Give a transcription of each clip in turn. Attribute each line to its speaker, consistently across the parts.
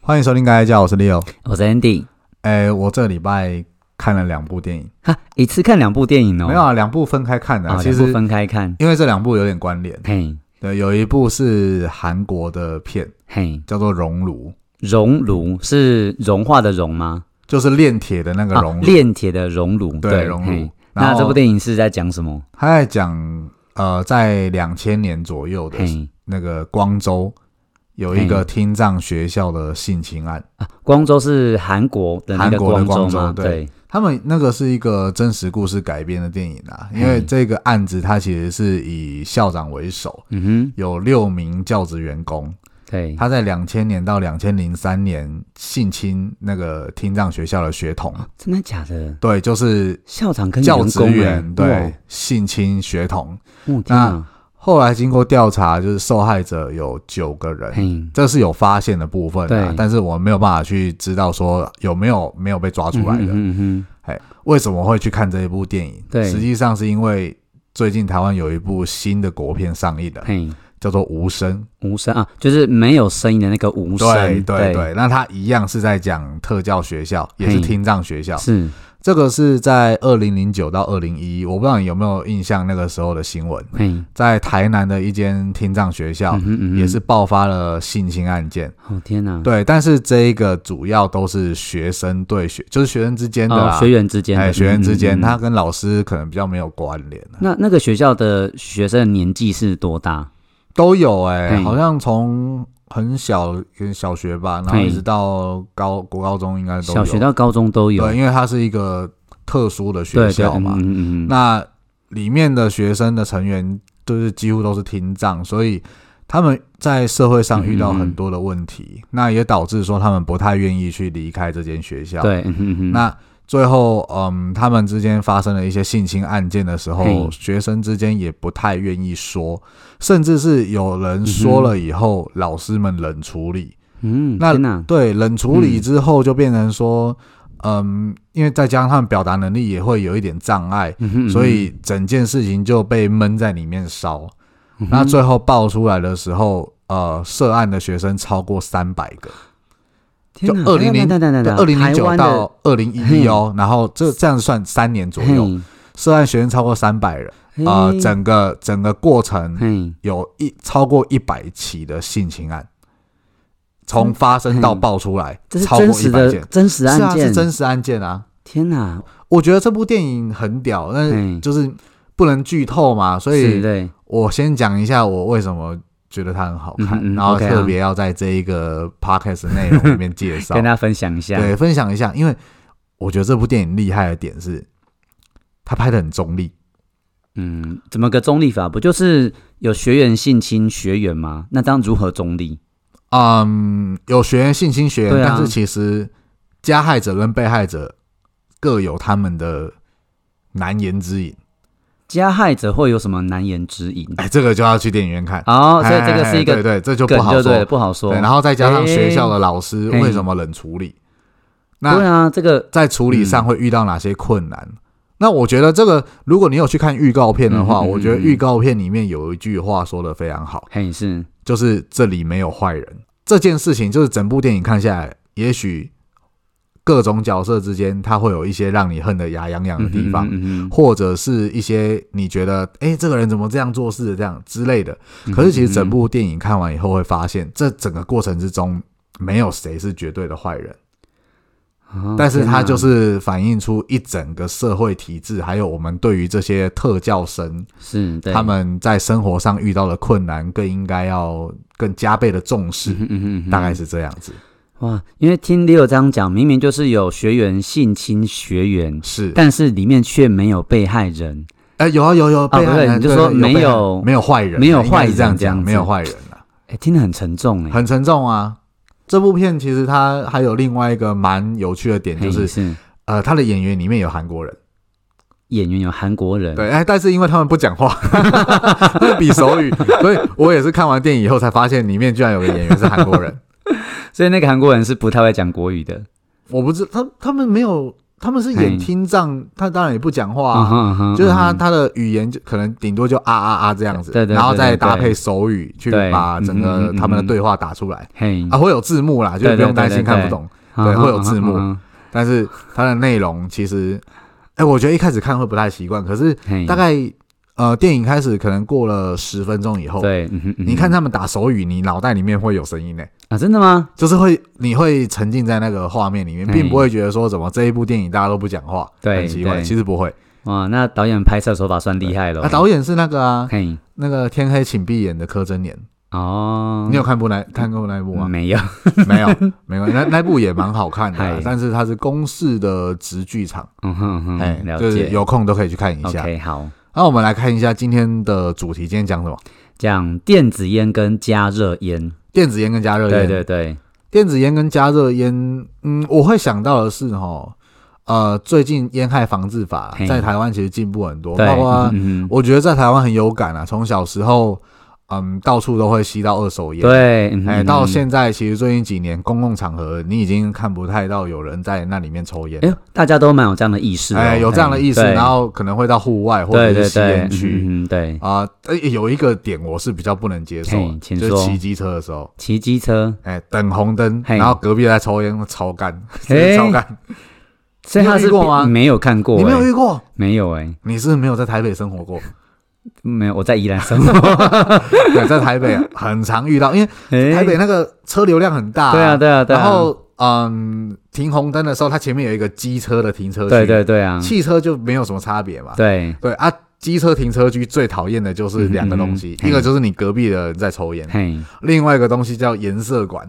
Speaker 1: 欢迎收听《该家》，我是 Leo。
Speaker 2: 我是 Andy。
Speaker 1: 哎，我这礼拜看了两部电影，
Speaker 2: 哈，一次看两部电影哦，
Speaker 1: 没有啊，两部分开看的、
Speaker 2: 啊，
Speaker 1: 其
Speaker 2: 两部
Speaker 1: 实
Speaker 2: 分开看。
Speaker 1: 因为这两部有点关联，
Speaker 2: 嘿，
Speaker 1: 对，有一部是韩国的片，
Speaker 2: 嘿，
Speaker 1: 叫做《熔炉》，
Speaker 2: 熔炉是融化的熔吗？
Speaker 1: 就是炼铁的那个
Speaker 2: 啊
Speaker 1: 熔炉。
Speaker 2: 炼铁的熔炉，
Speaker 1: 对
Speaker 2: 对，
Speaker 1: 熔
Speaker 2: 嘿
Speaker 1: 炉。然
Speaker 2: 那
Speaker 1: 后
Speaker 2: 这部电影是在讲什么？
Speaker 1: 他在讲呃，在两千年左右的
Speaker 2: 嘿，
Speaker 1: 那个光州有一
Speaker 2: 嘿
Speaker 1: 个听障学校的性侵案，
Speaker 2: 啊光州是韩国的那
Speaker 1: 韩
Speaker 2: 个
Speaker 1: 国的
Speaker 2: 州
Speaker 1: 光
Speaker 2: 嘛？
Speaker 1: 州对
Speaker 2: 对，
Speaker 1: 他们那个是一个真实故事改编的电影啊，因为
Speaker 2: 嘿
Speaker 1: 这个案子它其实是以校长为首，
Speaker 2: 嗯哼，
Speaker 1: 有六名教职员工，
Speaker 2: 对，
Speaker 1: 他在两千年到两千零三年性侵那个听障学校的学童，
Speaker 2: 真的假的？
Speaker 1: 对，就是
Speaker 2: 校长跟
Speaker 1: 教
Speaker 2: 员
Speaker 1: 职
Speaker 2: 工
Speaker 1: 员
Speaker 2: 欸
Speaker 1: 对，性侵学童。
Speaker 2: 哇我天啊，
Speaker 1: 后来经过调查，就是受害者有九个人，
Speaker 2: 嘿，
Speaker 1: 这是有发现的部分啊
Speaker 2: 对，
Speaker 1: 但是我没有办法去知道说有没有没有被抓出来的。
Speaker 2: 嗯哼嗯哼，
Speaker 1: 为什么会去看这一部电影？
Speaker 2: 对
Speaker 1: 实际上是因为最近台湾有一部新的国片上映了
Speaker 2: 嗯，哼嘿，
Speaker 1: 叫做《无声》。
Speaker 2: 无声啊，就是没有声音的那个无声，
Speaker 1: 对对
Speaker 2: 对，
Speaker 1: 对，那他一样是在讲特教学校，也是
Speaker 2: 嘿
Speaker 1: 听障学校。
Speaker 2: 是，
Speaker 1: 这个是在二零零九到二零一一，我不知道你有没有印象那个时候的新闻，
Speaker 2: 嘿，嗯
Speaker 1: 在台南的一间听障学校、
Speaker 2: 哼嗯哼，
Speaker 1: 也是，爆发了性侵案件。
Speaker 2: 哦天哪，
Speaker 1: 对，但是这一个主要都是学生对学，就是学生之间的
Speaker 2: 哦，
Speaker 1: 啦，
Speaker 2: 学员之间的，
Speaker 1: 哎，学员之间，
Speaker 2: 嗯嗯嗯
Speaker 1: 他跟老师可能比较没有关联啊
Speaker 2: 那那个学校的学生的年纪是多大？
Speaker 1: 都有哎、
Speaker 2: 嘿
Speaker 1: 好像从很小跟小学吧，然后
Speaker 2: 嘿
Speaker 1: 一直到高国高中应该都有。
Speaker 2: 小学到高中都有。
Speaker 1: 对，因为它是一个特殊的学
Speaker 2: 对
Speaker 1: 校
Speaker 2: 对
Speaker 1: 嘛，
Speaker 2: 嗯嗯嗯，
Speaker 1: 那里面的学生的成员就是几乎都是听障，所以他们在社会上遇到很多的问
Speaker 2: 嗯
Speaker 1: 题，那也导致说他们不太愿意去离开这间学校。，
Speaker 2: 对，嗯嗯嗯，
Speaker 1: 那。最后，嗯，他们之间发生了一些性侵案件的时候
Speaker 2: 嘿，
Speaker 1: 学生之间也不太愿意说，甚至是有人说了以后，老师们冷处理。
Speaker 2: 嗯，
Speaker 1: 那
Speaker 2: 天哪，
Speaker 1: 对，冷处
Speaker 2: 嗯
Speaker 1: 理之后就变成说，嗯，因为再加上他们表达能力也会有一点障碍，
Speaker 2: 嗯哼
Speaker 1: 所以整件事情就被闷在里面烧。
Speaker 2: 嗯哼
Speaker 1: 那最后爆出来的时候，呃，涉案的学生超过三百个，
Speaker 2: 天哪
Speaker 1: 就2009
Speaker 2: 等等等
Speaker 1: 对，
Speaker 2: 等
Speaker 1: 二零零
Speaker 2: 台
Speaker 1: 九
Speaker 2: 湾的
Speaker 1: 到二零一一哦，然后这这样算三年左右，涉案学生超过三百人，
Speaker 2: 嘿
Speaker 1: 呃，
Speaker 2: 嘿
Speaker 1: 整个整个过程
Speaker 2: 嘿
Speaker 1: 有一超过一百起的性侵案，从发生到
Speaker 2: 嗯
Speaker 1: 爆出来，
Speaker 2: 这是
Speaker 1: 超过
Speaker 2: 真
Speaker 1: 一
Speaker 2: 实
Speaker 1: 百
Speaker 2: 的
Speaker 1: 件。
Speaker 2: 真实
Speaker 1: 是
Speaker 2: 案
Speaker 1: 啊，
Speaker 2: 件，
Speaker 1: 是真实案件啊。
Speaker 2: 天哪，
Speaker 1: 我觉得这部电影很屌，但是
Speaker 2: 嘿
Speaker 1: 就是不能剧透嘛，所
Speaker 2: 是
Speaker 1: 以
Speaker 2: 对，
Speaker 1: 我先讲一下我为什么觉得它很好看，
Speaker 2: 嗯嗯嗯
Speaker 1: 然后
Speaker 2: OK 啊
Speaker 1: 特别要在这一个 podcast 内容里面介绍
Speaker 2: 跟，大家分享一下，
Speaker 1: 对，分享一下，因为我觉得这部电影厉害的点是，它拍的很中立，
Speaker 2: 嗯，怎么个中立法？不就是有学员性侵学员吗？那当如何中立？
Speaker 1: 嗯，有学员性侵学员，
Speaker 2: 对啊
Speaker 1: 但是其实加害者跟被害者各有他们的难言之隐，
Speaker 2: 加害者会有什么难言之隐？
Speaker 1: 哎，这个就要去电影院看。
Speaker 2: 哦，所以这个
Speaker 1: 哎
Speaker 2: 是一
Speaker 1: 对
Speaker 2: 个
Speaker 1: 对，这就不
Speaker 2: 梗，
Speaker 1: 好
Speaker 2: 就
Speaker 1: 说
Speaker 2: 对了，。不好说
Speaker 1: 对，。然后再加上学校的老师
Speaker 2: 哎
Speaker 1: 为什么冷处理，
Speaker 2: 对
Speaker 1: 那
Speaker 2: 啊，嗯这个
Speaker 1: 在处理上会遇到哪些困难？那我觉得这个，如果你有去看预告片的话，
Speaker 2: 嗯嗯嗯
Speaker 1: 我觉得预告片里面有一句话说的非常好，
Speaker 2: 嘿是，
Speaker 1: 就是这里没有坏人。这件事情就是整部电影看下来，也许各种角色之间，它会有一些让你恨得牙痒痒的地方，
Speaker 2: 嗯嗯嗯
Speaker 1: 或者是一些你觉得，哎，这个人怎么这样做事这样之类的。
Speaker 2: 嗯
Speaker 1: 可是其实整部电影看完以后，会发现这整个过程之中，没有谁是绝对的坏人，
Speaker 2: 哦
Speaker 1: 但是
Speaker 2: 天
Speaker 1: 它
Speaker 2: 哪
Speaker 1: 就是反映出一整个社会体制，还有我们对于这些特教生
Speaker 2: 是对
Speaker 1: 他们在生活上遇到的困难，更应该要更加倍的重视
Speaker 2: 嗯，哼嗯哼嗯哼
Speaker 1: 大概是这样子。
Speaker 2: 哇，因为听 Leo 这样讲，明明就是有学员性侵学员，
Speaker 1: 是，
Speaker 2: 但是里面却没有被害人，
Speaker 1: 哎，有啊有有，
Speaker 2: 哦不
Speaker 1: 被害
Speaker 2: 对
Speaker 1: 人
Speaker 2: 你就
Speaker 1: 对
Speaker 2: 说
Speaker 1: 对
Speaker 2: 没
Speaker 1: 被害
Speaker 2: 有
Speaker 1: 没有坏人，
Speaker 2: 没有
Speaker 1: 应该
Speaker 2: 坏
Speaker 1: 是这样
Speaker 2: 人这样
Speaker 1: 讲，
Speaker 2: 子
Speaker 1: 没有坏人啊，
Speaker 2: 哎，听得很沉重哎，
Speaker 1: 很沉重啊。这部片其实它还有另外一个蛮有趣的点，就
Speaker 2: 嘿
Speaker 1: 是
Speaker 2: 是
Speaker 1: 呃，他的演员里面有韩国人，
Speaker 2: 演员有韩国人，
Speaker 1: 对，哎，但是因为他们不讲话， 他们比手语，所以我也是看完电影以后才发现，里面居然有个演员是韩 国人。
Speaker 2: 所以那个韩国人是不太会讲国语的，
Speaker 1: 我不知他他们没有，他们是演听障，他当然也不讲话
Speaker 2: 嗯
Speaker 1: 啊、
Speaker 2: 哼嗯哼
Speaker 1: 就是他
Speaker 2: 嗯哼
Speaker 1: 他的语言就可能顶多就啊啊啊这样子，
Speaker 2: 对对对对
Speaker 1: 然后再搭配手语去
Speaker 2: 对
Speaker 1: 把整
Speaker 2: 嗯
Speaker 1: 个
Speaker 2: 嗯嗯
Speaker 1: 他们的对话打出来
Speaker 2: 嘿
Speaker 1: 啊，，会有字幕啦，就是
Speaker 2: 对对
Speaker 1: 不用担
Speaker 2: 对
Speaker 1: 心
Speaker 2: 对
Speaker 1: 看
Speaker 2: 对
Speaker 1: 不懂，
Speaker 2: 嗯
Speaker 1: 对
Speaker 2: 哼
Speaker 1: 会有字幕
Speaker 2: 嗯哼
Speaker 1: 但是它的内容其实，哎，我觉得一开始看会不太习惯，可是
Speaker 2: 嘿
Speaker 1: 大概呃电影开始可能过了十分钟以后，
Speaker 2: 对，嗯哼嗯哼
Speaker 1: 你看他们打手语，你脑袋里面会有声音呢、
Speaker 2: 啊，真的吗？
Speaker 1: 就是会你会沉浸在那个画面里面，
Speaker 2: 嘿
Speaker 1: 并不会觉得说怎么这一部电影大家都不讲话，
Speaker 2: 嗯对
Speaker 1: 很奇怪，
Speaker 2: 对
Speaker 1: 其实不会。
Speaker 2: 哇，那导演拍摄手法算厉害了。
Speaker 1: 那导演是那个啊，
Speaker 2: 嘿，
Speaker 1: 那个《天黑请闭眼》的柯震年，
Speaker 2: 哦，
Speaker 1: 你有看过那看过那一部吗？
Speaker 2: 没有？
Speaker 1: 没有， 没有，那那部也蛮好看的啊
Speaker 2: 嗨，
Speaker 1: 但是它是公式的直剧场，
Speaker 2: 嗯哼嗯
Speaker 1: 哎
Speaker 2: 哼，，了
Speaker 1: 就是
Speaker 2: 解。
Speaker 1: 有空都可以去看一下。
Speaker 2: OK，好，
Speaker 1: 那我们来看一下今天的主题，今天讲什么？
Speaker 2: 讲电子烟跟加热烟。
Speaker 1: 电子烟跟加热
Speaker 2: 对
Speaker 1: 烟。
Speaker 2: 对对，
Speaker 1: 电子烟跟加热烟，嗯，我会想到的是哈，呃，最近烟害防治法
Speaker 2: 嘿
Speaker 1: 在台湾其实进步很多，
Speaker 2: 对，
Speaker 1: 包括
Speaker 2: 嗯嗯嗯
Speaker 1: 我觉得在台湾很有感啊，从小时候，嗯，到处都会吸到二手烟，，
Speaker 2: 对，嗯
Speaker 1: 哎，
Speaker 2: 嗯
Speaker 1: 到
Speaker 2: 嗯
Speaker 1: 现在其实最近几年公共场合你已经看不太到有人在那里面抽烟
Speaker 2: 哎，呦，大家都蛮有这样的意识哦，
Speaker 1: 哎，有这样的意思，
Speaker 2: 对
Speaker 1: 然后可能会到户外或
Speaker 2: 对
Speaker 1: 者
Speaker 2: 对
Speaker 1: 是吸
Speaker 2: 对
Speaker 1: 烟，区。
Speaker 2: 嗯嗯嗯对，
Speaker 1: 啊、呃有一个点我是比较不能接受
Speaker 2: 嘿
Speaker 1: 的，
Speaker 2: 请
Speaker 1: 就是
Speaker 2: 说
Speaker 1: 骑机车的时候，
Speaker 2: 骑机车，
Speaker 1: 哎、等红灯，
Speaker 2: 嘿
Speaker 1: 然后隔壁在抽烟，超干，
Speaker 2: 哎
Speaker 1: 超干。
Speaker 2: 所以他
Speaker 1: 你有
Speaker 2: 是
Speaker 1: 遇过吗
Speaker 2: 没有看过，
Speaker 1: 你没有
Speaker 2: 哎
Speaker 1: 遇过？
Speaker 2: 没有哎，
Speaker 1: 你是不是没有在台北生 活过？
Speaker 2: 没有，我在宜兰 生活，
Speaker 1: 对，在台北啊很常遇到，因为
Speaker 2: 哎
Speaker 1: 台北那个车流量很大、
Speaker 2: 对啊对啊对啊，
Speaker 1: 然后嗯，停红灯的时候，它前面有一个机车的停车区，
Speaker 2: 对对对啊，
Speaker 1: 汽车就没有什么差别嘛。
Speaker 2: 对，
Speaker 1: 对啊，机车停车区最讨厌的就是两个东西
Speaker 2: 嗯，嗯嗯
Speaker 1: 一个就是你隔壁的人在抽烟，
Speaker 2: 嘿，
Speaker 1: 另外一个东西叫颜色管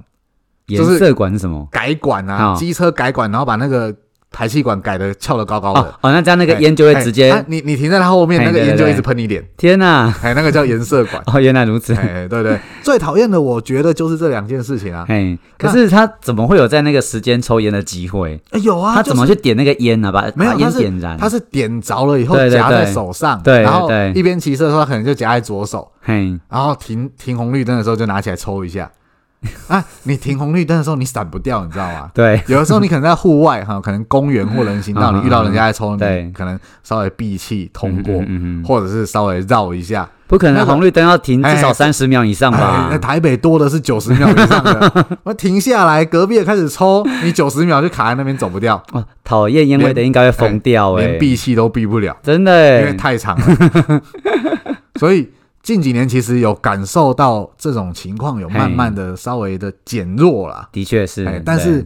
Speaker 2: 颜
Speaker 1: 就是
Speaker 2: 色管是什么？
Speaker 1: 改管啊，
Speaker 2: 好
Speaker 1: 机车改管，然后把那个排气管改的翘得高高的
Speaker 2: 哦。哦，那这样那个
Speaker 1: 哎
Speaker 2: 烟就会直接，
Speaker 1: 哎啊你你停在他后面，
Speaker 2: 哎
Speaker 1: 那个
Speaker 2: 对
Speaker 1: 烟
Speaker 2: 对
Speaker 1: 就
Speaker 2: 对
Speaker 1: 一直喷你脸，
Speaker 2: 天哪！，
Speaker 1: 哎，那个叫颜色管
Speaker 2: 哦，原来如此。
Speaker 1: 哎，对对，最讨厌的我觉得就是这两件事情啊，
Speaker 2: 嘿，可是他怎么会有在那个时间抽烟的机会？
Speaker 1: 哎有啊，
Speaker 2: 他怎么
Speaker 1: 就是
Speaker 2: 去点那个烟呢？把
Speaker 1: 没有
Speaker 2: 把
Speaker 1: 他
Speaker 2: 烟
Speaker 1: 是
Speaker 2: 点燃？
Speaker 1: 他是点着了以后
Speaker 2: 对对
Speaker 1: 夹在
Speaker 2: 对
Speaker 1: 手上，
Speaker 2: 对对
Speaker 1: 然后
Speaker 2: 对
Speaker 1: 一边骑车的时候他可能就夹在左手，
Speaker 2: 嘿，
Speaker 1: 然后停停红绿灯的时候就拿起来抽一下，啊，你停红绿灯的时候你闪不掉，你知道吗？
Speaker 2: 对，
Speaker 1: 有的时候你可能在户外哈，可能公园或人行道，
Speaker 2: 嗯嗯
Speaker 1: 你遇到人家在抽，
Speaker 2: 对
Speaker 1: 你可能稍微闭气通过，
Speaker 2: 嗯嗯嗯嗯
Speaker 1: 或者是稍微绕一下，
Speaker 2: 不可
Speaker 1: 那
Speaker 2: 能
Speaker 1: 个
Speaker 2: 红绿灯要停至少
Speaker 1: 哎
Speaker 2: 三十秒以上
Speaker 1: 哎
Speaker 2: 吧
Speaker 1: 那？台北多的是九十秒以上 的，我停下来，隔壁也开始抽，你九十秒就卡在那边走不掉，
Speaker 2: 哦，讨厌烟味的应该会疯掉哎
Speaker 1: 连，闭气都闭不了，
Speaker 2: 真的
Speaker 1: 因为
Speaker 2: 哎，
Speaker 1: 太长了。 所以近几年其实有感受到这种情况有慢慢的稍微的减弱啦，
Speaker 2: 的确是
Speaker 1: 哎，，但
Speaker 2: 对
Speaker 1: 是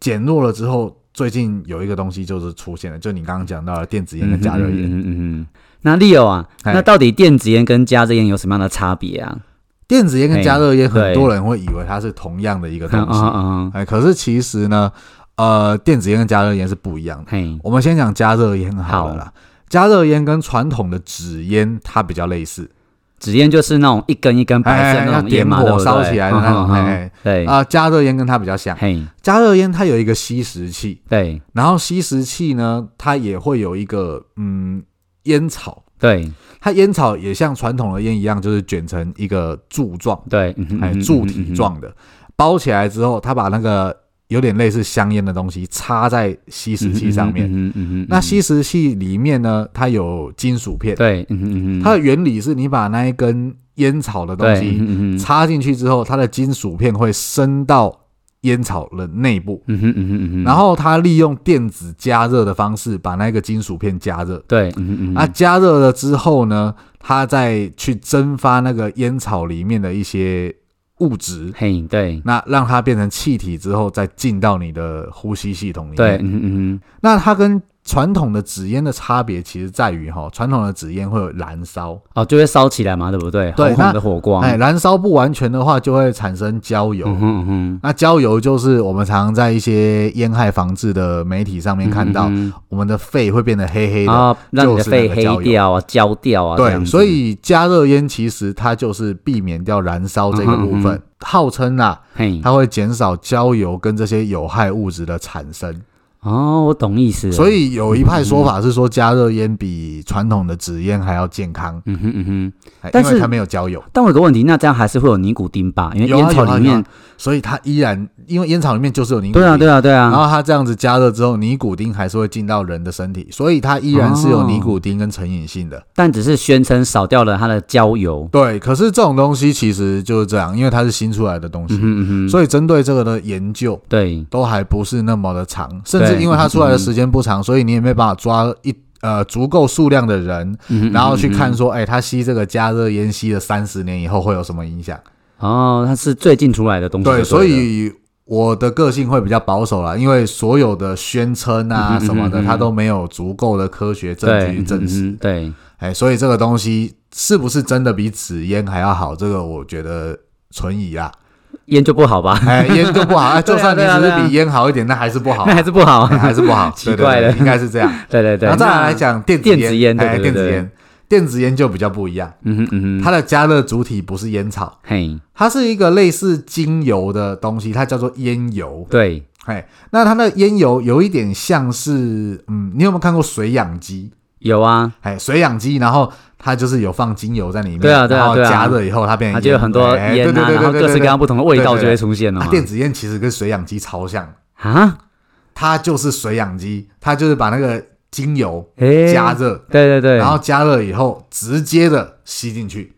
Speaker 1: 减弱了之后，最近有一个东西就是出现了，就你刚刚讲到的电子烟跟加热
Speaker 2: 嗯
Speaker 1: 烟。
Speaker 2: 嗯嗯嗯嗯。那 Leo 啊，
Speaker 1: 哎
Speaker 2: 那到底电子烟跟加热烟有什么样的差别啊？
Speaker 1: 电子烟跟加热烟，
Speaker 2: 嘿对
Speaker 1: 很多人会以为它是同样的一个
Speaker 2: 嗯
Speaker 1: 东西，
Speaker 2: 嗯嗯，
Speaker 1: 哎，可是其实呢，呃，电子烟跟加热烟是不一样的。
Speaker 2: 嘿，
Speaker 1: 我们先讲加热烟好了啦。加热烟跟传统的纸烟它比较类似
Speaker 2: 纸烟就是那种一根一根白色
Speaker 1: 哎
Speaker 2: 的那种
Speaker 1: 要
Speaker 2: 烟嘛，
Speaker 1: 点
Speaker 2: 对
Speaker 1: 火
Speaker 2: 不对
Speaker 1: 烧起来的那种
Speaker 2: 嗯嗯嗯
Speaker 1: 哎
Speaker 2: 对
Speaker 1: 啊、加热烟跟它比较像。
Speaker 2: 嘿，
Speaker 1: 加热烟它有一个吸食器，
Speaker 2: 对
Speaker 1: 然后吸食器呢，它也会有一个嗯烟草，
Speaker 2: 对
Speaker 1: 它烟草也像传统的烟一样，就是卷成一个柱状，
Speaker 2: 对，嗯哼
Speaker 1: 哎
Speaker 2: 嗯哼
Speaker 1: 柱
Speaker 2: 嗯
Speaker 1: 体
Speaker 2: 哼
Speaker 1: 状的，包起来之后，它把那个有点类似香烟的东西插在吸食器上面。
Speaker 2: 嗯哼嗯哼嗯哼
Speaker 1: 那吸食器里面呢，它有金属片，
Speaker 2: 对，嗯哼嗯哼，
Speaker 1: 它的原理是你把那一根烟草的东
Speaker 2: 对嗯
Speaker 1: 西
Speaker 2: 哼嗯哼
Speaker 1: 插进去之后，它的金属片会伸到烟草的内部，
Speaker 2: 嗯哼嗯哼嗯哼，
Speaker 1: 然后它利用电子加热的方式把那个金属片加热。
Speaker 2: 对，嗯哼嗯
Speaker 1: 啊，
Speaker 2: 哼
Speaker 1: 加热了之后呢，它再去蒸发那个烟草里面的一些物质，
Speaker 2: 嘿，对
Speaker 1: 那让它变成气体之后，再进到你的呼吸系统里面。
Speaker 2: 对，嗯哼嗯哼
Speaker 1: 那它跟传统的纸烟的差别，其实在于哈，传统的纸烟会有燃烧，
Speaker 2: 哦，就会烧起来嘛，对不对？
Speaker 1: 对
Speaker 2: 红红
Speaker 1: 那
Speaker 2: 的火光，
Speaker 1: 哎，燃烧不完全的话，就会产生焦油。
Speaker 2: 嗯哼嗯哼，
Speaker 1: 那焦油就是我们常在一些烟害防治的媒体上面看到，
Speaker 2: 嗯哼
Speaker 1: 我们的肺会变得黑黑
Speaker 2: 嗯
Speaker 1: 的。
Speaker 2: 哼啊，让你的
Speaker 1: 就是那
Speaker 2: 肺
Speaker 1: 个
Speaker 2: 黑
Speaker 1: 焦油
Speaker 2: 掉啊，焦掉啊，这样
Speaker 1: 对，
Speaker 2: 子
Speaker 1: 所以加热烟其实它就是避免掉燃烧这个部分，
Speaker 2: 嗯哼嗯
Speaker 1: 号称啊，
Speaker 2: 嘿，
Speaker 1: 它会减少焦油跟这些有害物质的产生。
Speaker 2: 哦，我懂意思了。
Speaker 1: 所以有一派说法是说，加热烟比传统的纸烟还要健康，
Speaker 2: 嗯哼嗯哼，
Speaker 1: 哎
Speaker 2: 但
Speaker 1: 因为
Speaker 2: 是
Speaker 1: 它没有焦油，
Speaker 2: 但我有个问题，那这样还是会有尼古丁吧？因为
Speaker 1: 有啊
Speaker 2: 烟草
Speaker 1: 有啊
Speaker 2: 里面
Speaker 1: 有啊，所以它依然因为烟草里面就是有尼古丁，
Speaker 2: 对啊对啊对
Speaker 1: 然
Speaker 2: 啊，
Speaker 1: 后它这样子加热之后，尼古丁还是会进到人的身体，所以它依然是有尼古丁跟成瘾性的。
Speaker 2: 但只是宣称少掉了它的焦油。
Speaker 1: 对，可是这种东西其实就是这样，因为它是新出来的东西，
Speaker 2: 嗯哼嗯哼，
Speaker 1: 所以针对这个的研究
Speaker 2: 对，
Speaker 1: 都还不是那么的长，甚至
Speaker 2: 对嗯
Speaker 1: 因为它出来的时间不长，所以你也没办法抓一呃足够数量的人，
Speaker 2: 嗯哼
Speaker 1: 然后去。
Speaker 2: 嗯
Speaker 1: 看
Speaker 2: 哼
Speaker 1: 说，哎，他吸这个加热烟吸了三十年以后会有什么影响？
Speaker 2: 哦，它是最近出来的东西嗯就对
Speaker 1: 对，
Speaker 2: 了。
Speaker 1: 所以我的个性会比较保守啦，因为所有的宣称啊
Speaker 2: 嗯哼
Speaker 1: 什么的，
Speaker 2: 嗯哼
Speaker 1: 它都没有足够的科学证
Speaker 2: 对
Speaker 1: 据证
Speaker 2: 嗯
Speaker 1: 实
Speaker 2: 哼。对，
Speaker 1: 哎，所以这个东西是不是真的比纸烟还要好？这个我觉得存疑啦。
Speaker 2: 烟就不好吧？
Speaker 1: 哎，烟就不好，哎，就算你
Speaker 2: 对啊
Speaker 1: 只
Speaker 2: 对啊
Speaker 1: 是
Speaker 2: 对啊
Speaker 1: 比烟好一点，那还是不好
Speaker 2: 那， 还是 不好。
Speaker 1: 哎还是不好。
Speaker 2: 奇
Speaker 1: 对对
Speaker 2: 怪
Speaker 1: 对
Speaker 2: 了
Speaker 1: 应该是这样。
Speaker 2: 对 对对。
Speaker 1: 然后再来
Speaker 2: 那
Speaker 1: 来，讲电子
Speaker 2: 电子
Speaker 1: 烟，
Speaker 2: 烟
Speaker 1: 哎，
Speaker 2: 对对
Speaker 1: 电子
Speaker 2: 对
Speaker 1: 烟，电子烟就比较不一样。
Speaker 2: 嗯哼嗯哼，
Speaker 1: 它的加热主体不是烟草，
Speaker 2: 嘿，
Speaker 1: 它是一个类似精油的东西，它叫做烟油。
Speaker 2: 对，
Speaker 1: 哎，那它的烟油有一点像是，嗯，你有没有看过水养鸡？
Speaker 2: 有啊，
Speaker 1: 哎，水养鸡，然后它就是有放精油在里面，
Speaker 2: 对啊对啊
Speaker 1: 然后
Speaker 2: 对啊
Speaker 1: 加热以后它变成
Speaker 2: 它就有很多
Speaker 1: 哎
Speaker 2: 烟
Speaker 1: 对
Speaker 2: 啊，
Speaker 1: 对对
Speaker 2: 然后
Speaker 1: 对对
Speaker 2: 各式各样不同的味道
Speaker 1: 对对
Speaker 2: 就
Speaker 1: 对
Speaker 2: 会出现了
Speaker 1: 对
Speaker 2: 嘛
Speaker 1: 啊。电子烟其实跟水养鸡超像，
Speaker 2: 啊，
Speaker 1: 它就是水养鸡，它就是把那个精油
Speaker 2: 哎，
Speaker 1: 加热，
Speaker 2: 对对对，
Speaker 1: 然后加热以后直接的吸进去。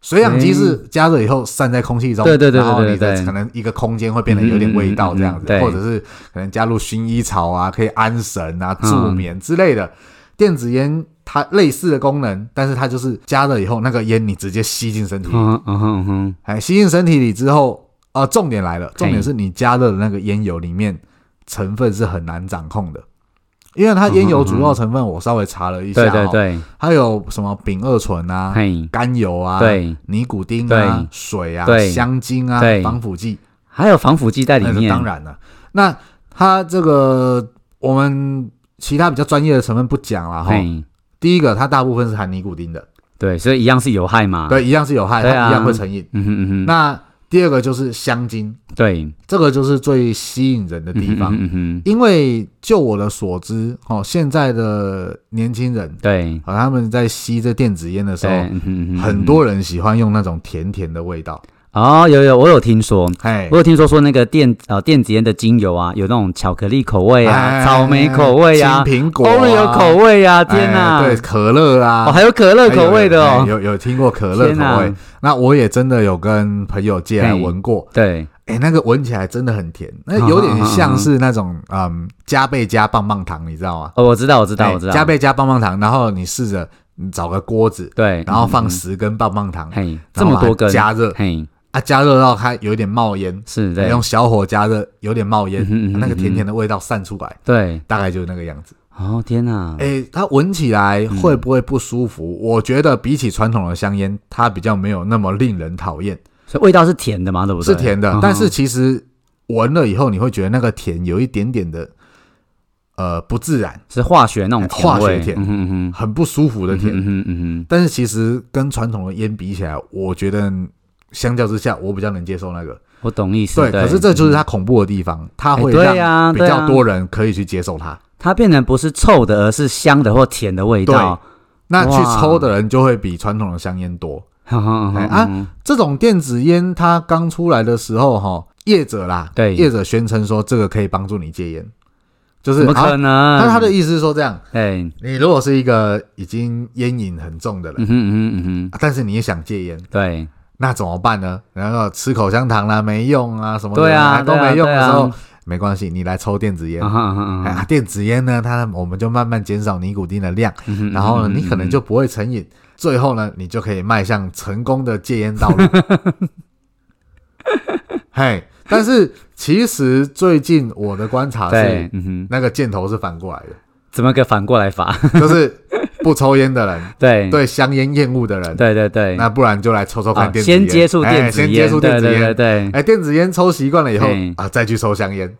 Speaker 1: 水养鸡是加热以后散在空气中，
Speaker 2: 嗯对对对对
Speaker 1: 然后你
Speaker 2: 对
Speaker 1: 的
Speaker 2: 对
Speaker 1: 可能一个空间会变得有点味道这样子，
Speaker 2: 嗯嗯嗯嗯对
Speaker 1: 或者是可能加入薰衣草啊，可以安神啊、
Speaker 2: 嗯
Speaker 1: 助眠之类的。电子烟它类似的功能，但是它就是加热以后那个烟你直接吸进身体里，
Speaker 2: 嗯哼嗯哼嗯哼，
Speaker 1: 哎，吸进身体里之后，呃，重点来了，重点
Speaker 2: 嘿
Speaker 1: 是你加热的那个烟油里面成分是很难掌控的，因为它烟油主
Speaker 2: 嗯
Speaker 1: 要成分我稍微查了一下、哦，
Speaker 2: 对对对，
Speaker 1: 还有什么丙二醇啊、
Speaker 2: 嘿，
Speaker 1: 甘油啊、
Speaker 2: 对，
Speaker 1: 尼古丁啊
Speaker 2: 对、
Speaker 1: 水啊、
Speaker 2: 对
Speaker 1: 香精啊
Speaker 2: 对、
Speaker 1: 防腐剂，
Speaker 2: 还有防腐剂在里
Speaker 1: 那是
Speaker 2: 面，
Speaker 1: 当然了。那它这个我们其他比较专业的成分不讲了哈。
Speaker 2: 嘿，
Speaker 1: 第一个，它大部分是含尼古丁的，
Speaker 2: 对，所以一样是有害嘛。，
Speaker 1: 对，一样是有害，
Speaker 2: 对啊
Speaker 1: 它一样会成瘾。
Speaker 2: 嗯哼嗯哼，
Speaker 1: 那第二个就是香精，
Speaker 2: 对
Speaker 1: 这个就是最吸引人的地方，
Speaker 2: 嗯哼嗯哼，
Speaker 1: 因为就我的所知，哦，现在的年轻人，
Speaker 2: 对
Speaker 1: 啊、他们在吸这电子烟的时
Speaker 2: 对，
Speaker 1: 候，
Speaker 2: 嗯哼嗯哼
Speaker 1: 很多人喜欢用那种甜甜的味道，
Speaker 2: 哦，有有，我有听说，
Speaker 1: 哎
Speaker 2: 我，有听说说那个电呃电子烟的精油啊，有那种巧克力口味啊、
Speaker 1: 哎
Speaker 2: 草莓口味啊、
Speaker 1: 青苹果、啊、
Speaker 2: Oreo 口味啊，天哪！
Speaker 1: 哎对，可乐啊，
Speaker 2: 哦，还有可乐
Speaker 1: 还有
Speaker 2: 口味的
Speaker 1: 哎
Speaker 2: 哦，
Speaker 1: 有有听过可乐
Speaker 2: 天哪
Speaker 1: 口味？那我也真的有跟朋友借来
Speaker 2: 嘿
Speaker 1: 闻过，
Speaker 2: 对，
Speaker 1: 哎，那个闻起来真的很甜，那有点像是那 种嗯加倍加棒棒糖，你知道吗？
Speaker 2: 哦，我知道，我知道，
Speaker 1: 哎
Speaker 2: 我知道，
Speaker 1: 加倍加棒棒糖，然后你试着你找个锅子，
Speaker 2: 对，
Speaker 1: 然后放
Speaker 2: 嗯
Speaker 1: 十根棒棒糖，
Speaker 2: 嘿这
Speaker 1: 然后
Speaker 2: 么
Speaker 1: 把它
Speaker 2: 多根
Speaker 1: 加热
Speaker 2: 嘿
Speaker 1: 啊，加热到它有点冒烟，
Speaker 2: 是对
Speaker 1: 用小火加热，有点冒烟啊
Speaker 2: 嗯哼嗯，哼
Speaker 1: 那个甜甜的味道散出来，
Speaker 2: 对，
Speaker 1: 大概就是那个样子。
Speaker 2: 哦天哪，
Speaker 1: 诶、它闻起来
Speaker 2: 嗯
Speaker 1: 会不会不舒服？我觉得比起传统的香烟，它比较没有那么令人讨厌，
Speaker 2: 所以味道是甜的嘛，对不
Speaker 1: 是
Speaker 2: 对？
Speaker 1: 甜的，
Speaker 2: 嗯哼
Speaker 1: 但是其实闻了以后，你会觉得那个甜有一点点的，呃，不自然，
Speaker 2: 是化学那种甜
Speaker 1: 哎化学
Speaker 2: 味
Speaker 1: 甜
Speaker 2: 嗯哼嗯哼，
Speaker 1: 很不舒服的甜。
Speaker 2: 嗯哼嗯哼，
Speaker 1: 但是其实跟传统的烟比起来，我觉得相较之下，我比较能接受那个。
Speaker 2: 我懂意思。
Speaker 1: 对，可是这就是它恐怖的地方，它会
Speaker 2: 哎对啊
Speaker 1: 让比
Speaker 2: 对啊
Speaker 1: 较多人可以去接受它。
Speaker 2: 它变成不是臭的，而是香的或甜的味道。
Speaker 1: 那去
Speaker 2: 哇
Speaker 1: 抽的人就会比传统的香烟多。
Speaker 2: 哼 哼
Speaker 1: 哎
Speaker 2: 哼
Speaker 1: 啊
Speaker 2: 哼
Speaker 1: 这种电子烟它刚出来的时候，哈，业者啦，
Speaker 2: 对
Speaker 1: 业者宣称说这个可以帮助你戒烟，就是
Speaker 2: 怎么可
Speaker 1: 啊
Speaker 2: 能？
Speaker 1: 他他的意思是说这样，
Speaker 2: 哎，
Speaker 1: 你如果是一个已经烟瘾很重的人，
Speaker 2: 嗯哼嗯哼嗯哼，
Speaker 1: 但是你也想戒烟，
Speaker 2: 对
Speaker 1: 那怎么办呢？然后吃口香糖啦、没用啊，什么的
Speaker 2: 对啊，
Speaker 1: 都
Speaker 2: 对啊
Speaker 1: 没用
Speaker 2: 对
Speaker 1: 的
Speaker 2: 啊
Speaker 1: 时候，没关系，你来抽电子烟。
Speaker 2: 啊哈啊哈
Speaker 1: 哎呀
Speaker 2: 啊哈，
Speaker 1: 电子烟呢，它我们就慢慢减少尼古丁的量，
Speaker 2: 嗯哼
Speaker 1: 然后
Speaker 2: 嗯
Speaker 1: 呢，
Speaker 2: 哼
Speaker 1: 你可能就不会成瘾，最后呢，你就可以迈向成功的戒烟道路。 嘿，但是其实最近我的观察
Speaker 2: 对
Speaker 1: 是，，
Speaker 2: 嗯哼，
Speaker 1: 那个箭头是反过来的，
Speaker 2: 怎么个反过来法？
Speaker 1: 就是不抽烟的人
Speaker 2: 对
Speaker 1: 对香烟厌恶的人，
Speaker 2: 对对对，
Speaker 1: 那不然就来抽抽看
Speaker 2: 哦
Speaker 1: 电子烟，
Speaker 2: 先接触电
Speaker 1: 哎
Speaker 2: 子
Speaker 1: 啊先
Speaker 2: 烟，
Speaker 1: 接触电子
Speaker 2: 对对对
Speaker 1: 烟。
Speaker 2: 对
Speaker 1: 哎，电子烟抽习惯了以后
Speaker 2: 嘿
Speaker 1: 啊，再去抽香烟，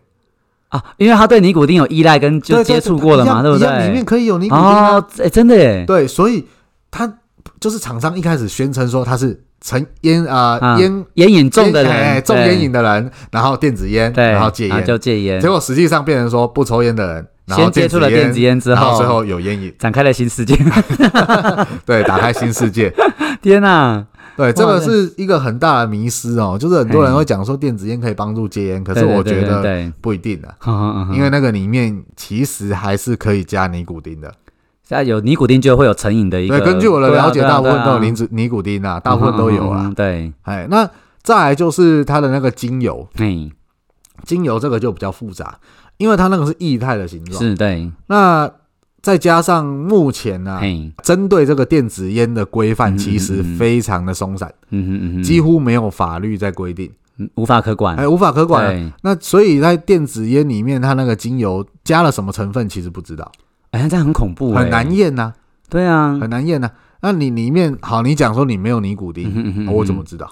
Speaker 2: 啊，因为他对尼古丁有依赖跟就
Speaker 1: 对
Speaker 2: 接触过了嘛，
Speaker 1: 对
Speaker 2: 不
Speaker 1: 一样一样里面
Speaker 2: 对？哦
Speaker 1: 可以有尼古丁啊
Speaker 2: 哦，哎，真的耶，
Speaker 1: 对，所以他就是厂商一开始宣称说它是成烟啊
Speaker 2: 啊
Speaker 1: 烟
Speaker 2: 烟瘾重的
Speaker 1: 烟哎
Speaker 2: 人，
Speaker 1: 重
Speaker 2: 对
Speaker 1: 烟瘾的人，然后电子烟，
Speaker 2: 对，
Speaker 1: 然后戒烟，
Speaker 2: 就戒烟
Speaker 1: 结。果实际上变成说不抽烟的人，然后
Speaker 2: 先接触了电子烟之
Speaker 1: 然后
Speaker 2: 后，
Speaker 1: 最后有烟瘾，
Speaker 2: 展开了新世界。
Speaker 1: 对，打开新世界。
Speaker 2: 天哪！
Speaker 1: 对，这
Speaker 2: 哇
Speaker 1: 个
Speaker 2: 对
Speaker 1: 是一个很大的迷失哦，就是很多人会讲说电子烟可以帮助戒烟，可是
Speaker 2: 对对
Speaker 1: 我觉
Speaker 2: 对对
Speaker 1: 得
Speaker 2: 对
Speaker 1: 不一定啊，
Speaker 2: 嗯嗯嗯嗯
Speaker 1: 因为那个里面其实还是可以加尼古丁的。
Speaker 2: 现在有尼古丁就会有成瘾的一个。
Speaker 1: 对，根据我的
Speaker 2: 对啊
Speaker 1: 了解，
Speaker 2: 对啊
Speaker 1: 大部分
Speaker 2: 对啊
Speaker 1: 都有尼子尼古丁啊，大部分都有
Speaker 2: 嗯嗯嗯
Speaker 1: 啊
Speaker 2: 嗯。对，
Speaker 1: 哎，那再来就是它的那个精油，
Speaker 2: 嘿，
Speaker 1: 精油这个就比较复杂，因为它那个是液态的形状。
Speaker 2: 是，对，
Speaker 1: 那再加上目前呢、
Speaker 2: 嘿，
Speaker 1: 针对这个电子烟的规范其实
Speaker 2: 嗯嗯嗯嗯
Speaker 1: 非常的松散，
Speaker 2: 嗯哼嗯哼，
Speaker 1: 几乎没有法律在规定，
Speaker 2: 嗯无法可管。
Speaker 1: 哎，无法可管。
Speaker 2: 对，
Speaker 1: 那所以在电子烟里面，它那个精油加了什么成分，其实不知道，
Speaker 2: 哎，这样很恐怖，哎
Speaker 1: 很难。验呐、
Speaker 2: 对啊，
Speaker 1: 很难验呐、那你里面好，你讲说你没有尼古丁，
Speaker 2: 嗯哼嗯哼
Speaker 1: 哦我怎么知道？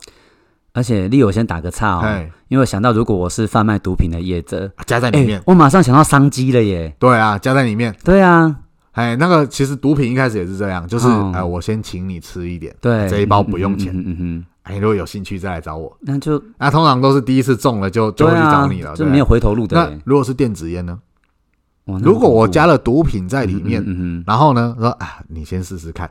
Speaker 2: 而且丽友先打个岔哦，
Speaker 1: 哎，
Speaker 2: 因为我想到如果我是贩卖毒品的业者，
Speaker 1: 加在里面
Speaker 2: 哎，，我马上想到商机了耶。
Speaker 1: 对啊，加在里面。
Speaker 2: 对啊，
Speaker 1: 哎，那个其实毒品一开始也是这样，就是
Speaker 2: 嗯
Speaker 1: 哎，我先请你吃一点，
Speaker 2: 对，
Speaker 1: 这一包不用钱
Speaker 2: 嗯哼嗯哼，嗯哼
Speaker 1: 哎，如果有兴趣再来找我。
Speaker 2: 那就
Speaker 1: 那通常都是第一次中了就就会
Speaker 2: 对
Speaker 1: 去找
Speaker 2: 啊
Speaker 1: 你了，，
Speaker 2: 就
Speaker 1: 对
Speaker 2: 没有回头路的
Speaker 1: 那
Speaker 2: 耶。
Speaker 1: 如果是电子烟呢？
Speaker 2: 哇那
Speaker 1: 如果
Speaker 2: 很恐
Speaker 1: 我
Speaker 2: 怖
Speaker 1: 加了毒品在里面，
Speaker 2: 嗯哼嗯哼
Speaker 1: 然后呢说啊，你先试试看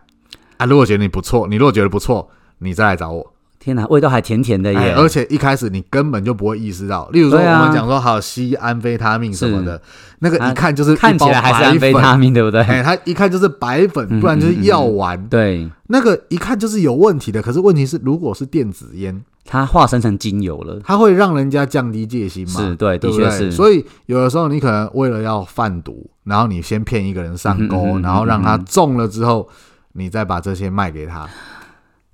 Speaker 1: 啊，如果觉得你不错，你如果觉得不错，你再来找我。
Speaker 2: 天哪，味道还甜甜的
Speaker 1: 哎
Speaker 2: 耶，
Speaker 1: 而且一开始你根本就不会意识到，例如说我
Speaker 2: 对啊
Speaker 1: 们讲说好吸安非他命什么的，那个一看就是
Speaker 2: 看起来还是
Speaker 1: 一包白
Speaker 2: 安非
Speaker 1: 粉。
Speaker 2: 他命，对不对？
Speaker 1: 哎，它一看就是白粉，
Speaker 2: 嗯
Speaker 1: 不然就是药丸。
Speaker 2: 对，
Speaker 1: 那个一看就是有问题的。可是问题是，如果是电子烟，
Speaker 2: 它化身成精油了，
Speaker 1: 它会让人家降低戒心嘛？
Speaker 2: 是对，
Speaker 1: 对
Speaker 2: 的
Speaker 1: 不
Speaker 2: 确
Speaker 1: 对？
Speaker 2: 是。
Speaker 1: 所以有的时候你可能为了要贩毒，然后你先骗一个人上钩，
Speaker 2: 嗯哼嗯哼
Speaker 1: 然后让他中了之后，你再把这些卖给他。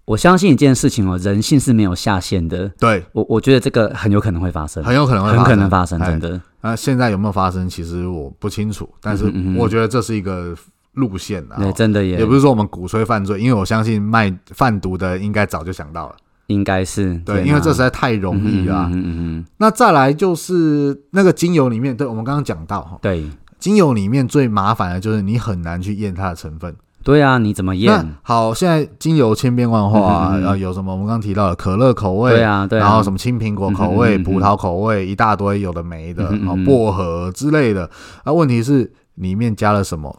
Speaker 2: 我相信一件事情哦，人性是没有下限的。
Speaker 1: 对，
Speaker 2: 我我觉得这个很有可能会发生，
Speaker 1: 很有可能会
Speaker 2: 很可能发生，
Speaker 1: 哎
Speaker 2: 真的。
Speaker 1: 那、现在有没有发生？其实我不清楚，但是
Speaker 2: 嗯哼嗯哼
Speaker 1: 我觉得这是一个路线啊。
Speaker 2: 对，真的
Speaker 1: 也
Speaker 2: 也
Speaker 1: 不是说我们鼓吹犯罪，因为我相信卖贩毒的应该早就想到了，
Speaker 2: 应该是
Speaker 1: 对，
Speaker 2: 天
Speaker 1: 因为
Speaker 2: 哪
Speaker 1: 这实在太容易了啊、
Speaker 2: 嗯哼嗯哼嗯哼
Speaker 1: 那再来就是那个精油里面，对我们刚刚讲到哈，
Speaker 2: 对
Speaker 1: 精油里面最麻烦的就是你很难去验它的成分。
Speaker 2: 对啊，你怎么
Speaker 1: 那
Speaker 2: 验？
Speaker 1: 好，现在精油千变万化、啊，
Speaker 2: 嗯嗯嗯
Speaker 1: 呃，有什么我们刚刚提到的可乐口味，
Speaker 2: 对啊，对啊，
Speaker 1: 然后什么青苹果口味、
Speaker 2: 嗯嗯嗯嗯
Speaker 1: 葡萄口味，一大堆有的没的，
Speaker 2: 嗯嗯嗯
Speaker 1: 哦，薄荷之类的。那、问题是里面加了什么，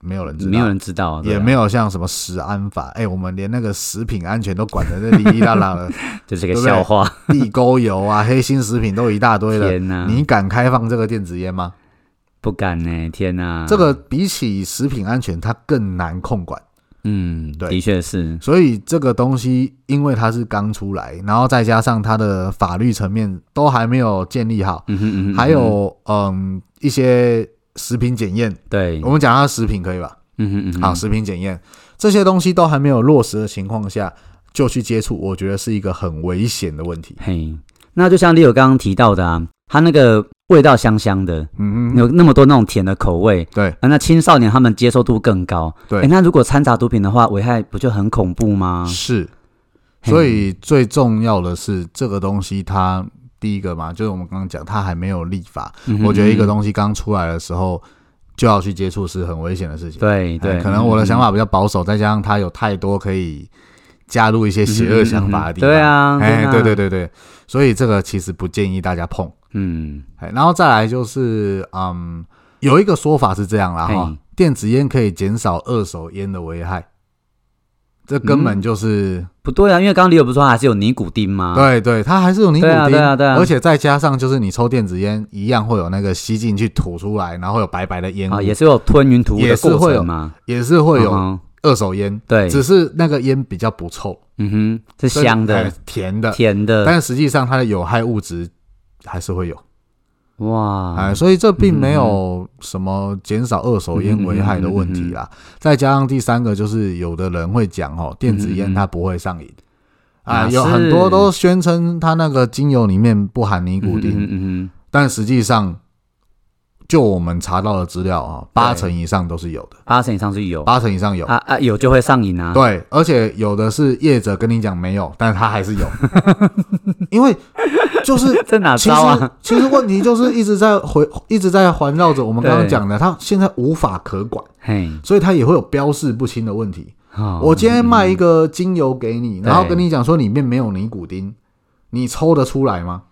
Speaker 1: 没有人知道，
Speaker 2: 没有人知道啊，对啊
Speaker 1: 也没有像什么食安法，哎、我们连那个食品安全都管得这哩哩啦啦的，
Speaker 2: 就是个
Speaker 1: 对不对
Speaker 2: 笑话。
Speaker 1: 地沟油啊、黑心食品都一大堆了。
Speaker 2: 天哪，
Speaker 1: 你敢开放这个电子烟吗？
Speaker 2: 不敢呢？天哪，
Speaker 1: 这个比起食品安全，它更难控管。
Speaker 2: 嗯，
Speaker 1: 对
Speaker 2: 的确是，
Speaker 1: 所以这个东西，因为它是刚出来，然后再加上它的法律层面都还没有建立好，
Speaker 2: 嗯哼嗯哼，
Speaker 1: 还有嗯一些食品检验，
Speaker 2: 对
Speaker 1: 我，们讲它的食品可以吧？
Speaker 2: 嗯哼嗯哼，
Speaker 1: 好，食品检验这些东西都还没有落实的情况下，就去接触，我觉得是一个很危险的问题。
Speaker 2: 嘿，那就像丽友刚刚提到的啊，它那个味道香香的，
Speaker 1: 嗯哼，
Speaker 2: 有那么多那种甜的口味，
Speaker 1: 对
Speaker 2: 啊，那青少年他们接受度更高。
Speaker 1: 对
Speaker 2: 诶那如果掺杂毒品的话，危害不就很恐怖吗？
Speaker 1: 是。
Speaker 2: 嗯嘿
Speaker 1: 所，以最重要的是，这个东西它第一个嘛，就是我们刚刚讲，它还没有立法，
Speaker 2: 嗯哼
Speaker 1: 我觉得一个
Speaker 2: 嗯
Speaker 1: 东西刚出来的时候就要去接触是很危险的事情。
Speaker 2: 对
Speaker 1: 哎
Speaker 2: 对，
Speaker 1: 可能我的想
Speaker 2: 法
Speaker 1: 法比较保守，再加上它有太多可以加入一些邪恶想法的地方。
Speaker 2: 对，啊，
Speaker 1: 哎，
Speaker 2: 啊
Speaker 1: 对对，对对，所以这个其实不建议大家碰。
Speaker 2: 嗯，
Speaker 1: 哎，然后再来就是，嗯，有一个说法是这样啦哈
Speaker 2: 嘿，
Speaker 1: 电子烟可以减少二手烟的危害，这根本就是、
Speaker 2: 不对啊，因为刚刚李友不是说还是有尼古丁吗？，
Speaker 1: 对对，它还是有尼古丁，
Speaker 2: 对啊对啊对啊
Speaker 1: 而且再加上就是你抽电子烟一样会有那个吸进去吐出来，然后有白白的烟雾，
Speaker 2: 啊，也是有吞云吐雾
Speaker 1: 也
Speaker 2: 的
Speaker 1: 是会
Speaker 2: 过
Speaker 1: 有
Speaker 2: 程嘛，
Speaker 1: 也是会有
Speaker 2: 嗯哼
Speaker 1: 二手烟，
Speaker 2: 对，
Speaker 1: 只是那个烟比较不臭，
Speaker 2: 嗯哼，是
Speaker 1: 所以
Speaker 2: 香
Speaker 1: 哎
Speaker 2: 的、
Speaker 1: 甜的，
Speaker 2: 甜的，
Speaker 1: 但实际上它的有害物质还是会有，哎，
Speaker 2: 哇，
Speaker 1: 所以这并没
Speaker 2: 嗯
Speaker 1: 有什么减少二手烟危害的问题啦。再加上第三个就是，有的人会讲哦，电子烟它不会上瘾。啊，
Speaker 2: 嗯啊
Speaker 1: 有
Speaker 2: 是
Speaker 1: 很多都宣称它那个精油里面不含尼古
Speaker 2: 嗯哼
Speaker 1: 丁，
Speaker 2: 嗯哼，
Speaker 1: 但实际上，就我们查到的资料啊，八成以上都是有的，
Speaker 2: 八成以上是有，
Speaker 1: 八成以上有。
Speaker 2: 啊啊，有就会上瘾啊，
Speaker 1: 对，而且有的是业者跟你讲没有，但他还是有， 因为就是
Speaker 2: 这哪
Speaker 1: 其
Speaker 2: 招
Speaker 1: 实
Speaker 2: 啊？
Speaker 1: 其实问题就是一直在回，一直在环绕着我们刚刚
Speaker 2: 对
Speaker 1: 讲的，它现在无法可管，
Speaker 2: 嘿，
Speaker 1: 所以它也会有标示不清的问题。
Speaker 2: 哦
Speaker 1: 我今天卖一个精油给你，
Speaker 2: 嗯
Speaker 1: 然后跟
Speaker 2: 对
Speaker 1: 你讲说里面没有尼古丁，你抽得出来吗？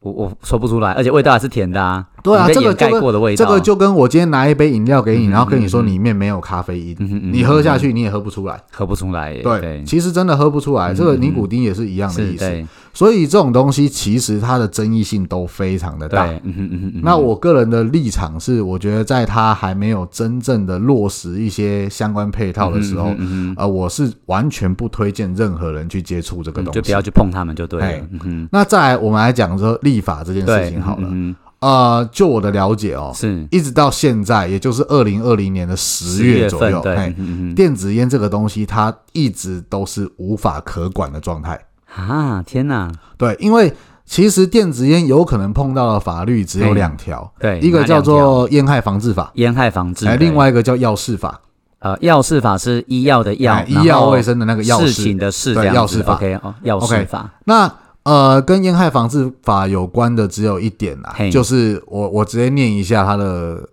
Speaker 2: 我我说不出来，而且味道还是甜的啊，
Speaker 1: 对啊
Speaker 2: 你被
Speaker 1: 这个
Speaker 2: 掩盖
Speaker 1: 就跟
Speaker 2: 过的味道，
Speaker 1: 这个就跟我今天拿一杯饮料给你，
Speaker 2: 嗯
Speaker 1: 然后跟你说
Speaker 2: 嗯嗯
Speaker 1: 里面没有咖啡因，
Speaker 2: 嗯哼嗯哼
Speaker 1: 你喝下去你也喝不出来。
Speaker 2: 喝不出来耶，
Speaker 1: 对，其实真的喝不出来，这个尼古丁也是一样的
Speaker 2: 嗯是
Speaker 1: 意思。
Speaker 2: 对
Speaker 1: 所以这种东西其实它的争议性都非常的
Speaker 2: 对
Speaker 1: 大。，
Speaker 2: 嗯哼嗯哼嗯哼，
Speaker 1: 那我个人的立场是，我觉得在它还没有真正的落实一些相关配套的时候
Speaker 2: 嗯，哼嗯哼嗯
Speaker 1: 呃，我是完全不推荐任何人去接触这个
Speaker 2: 哼
Speaker 1: 东
Speaker 2: 嗯就不
Speaker 1: 西
Speaker 2: 要。去碰它们就对
Speaker 1: 哎
Speaker 2: 了，嗯哼，
Speaker 1: 那再来，我们来讲说立法这件
Speaker 2: 对，
Speaker 1: 事情好了。
Speaker 2: 嗯
Speaker 1: 呃，就我的了解哦
Speaker 2: 哼，是
Speaker 1: 一直到现在，也就是二零二零年的十
Speaker 2: 10
Speaker 1: 月
Speaker 2: 月
Speaker 1: 左右，
Speaker 2: 份对，
Speaker 1: 嘿
Speaker 2: 嗯哼嗯哼
Speaker 1: 电子烟这个东西，它一直都是无法可管的状态。
Speaker 2: 啊，天哪，
Speaker 1: 对，因为其实电子烟有可能碰到的法律只有
Speaker 2: 嘿
Speaker 1: 两条，
Speaker 2: 对，
Speaker 1: 一个
Speaker 2: 哪
Speaker 1: 叫
Speaker 2: 两条
Speaker 1: 做《烟害防治法》，
Speaker 2: 烟害防治，
Speaker 1: 哎，
Speaker 2: 对
Speaker 1: 另外一个叫《药事法》
Speaker 2: 呃，药事法是医药的药
Speaker 1: 哎，医药卫生的那
Speaker 2: 那
Speaker 1: 个药
Speaker 2: 事
Speaker 1: 事
Speaker 2: 情。的事
Speaker 1: 对
Speaker 2: 这
Speaker 1: 药
Speaker 2: 样
Speaker 1: 事
Speaker 2: 子
Speaker 1: 法
Speaker 2: ，OK 哦，药
Speaker 1: OK
Speaker 2: 事法，
Speaker 1: 那呃，跟《烟害防治法》有关的只有一点啦，
Speaker 2: 嘿
Speaker 1: 就是我我直接念一下它的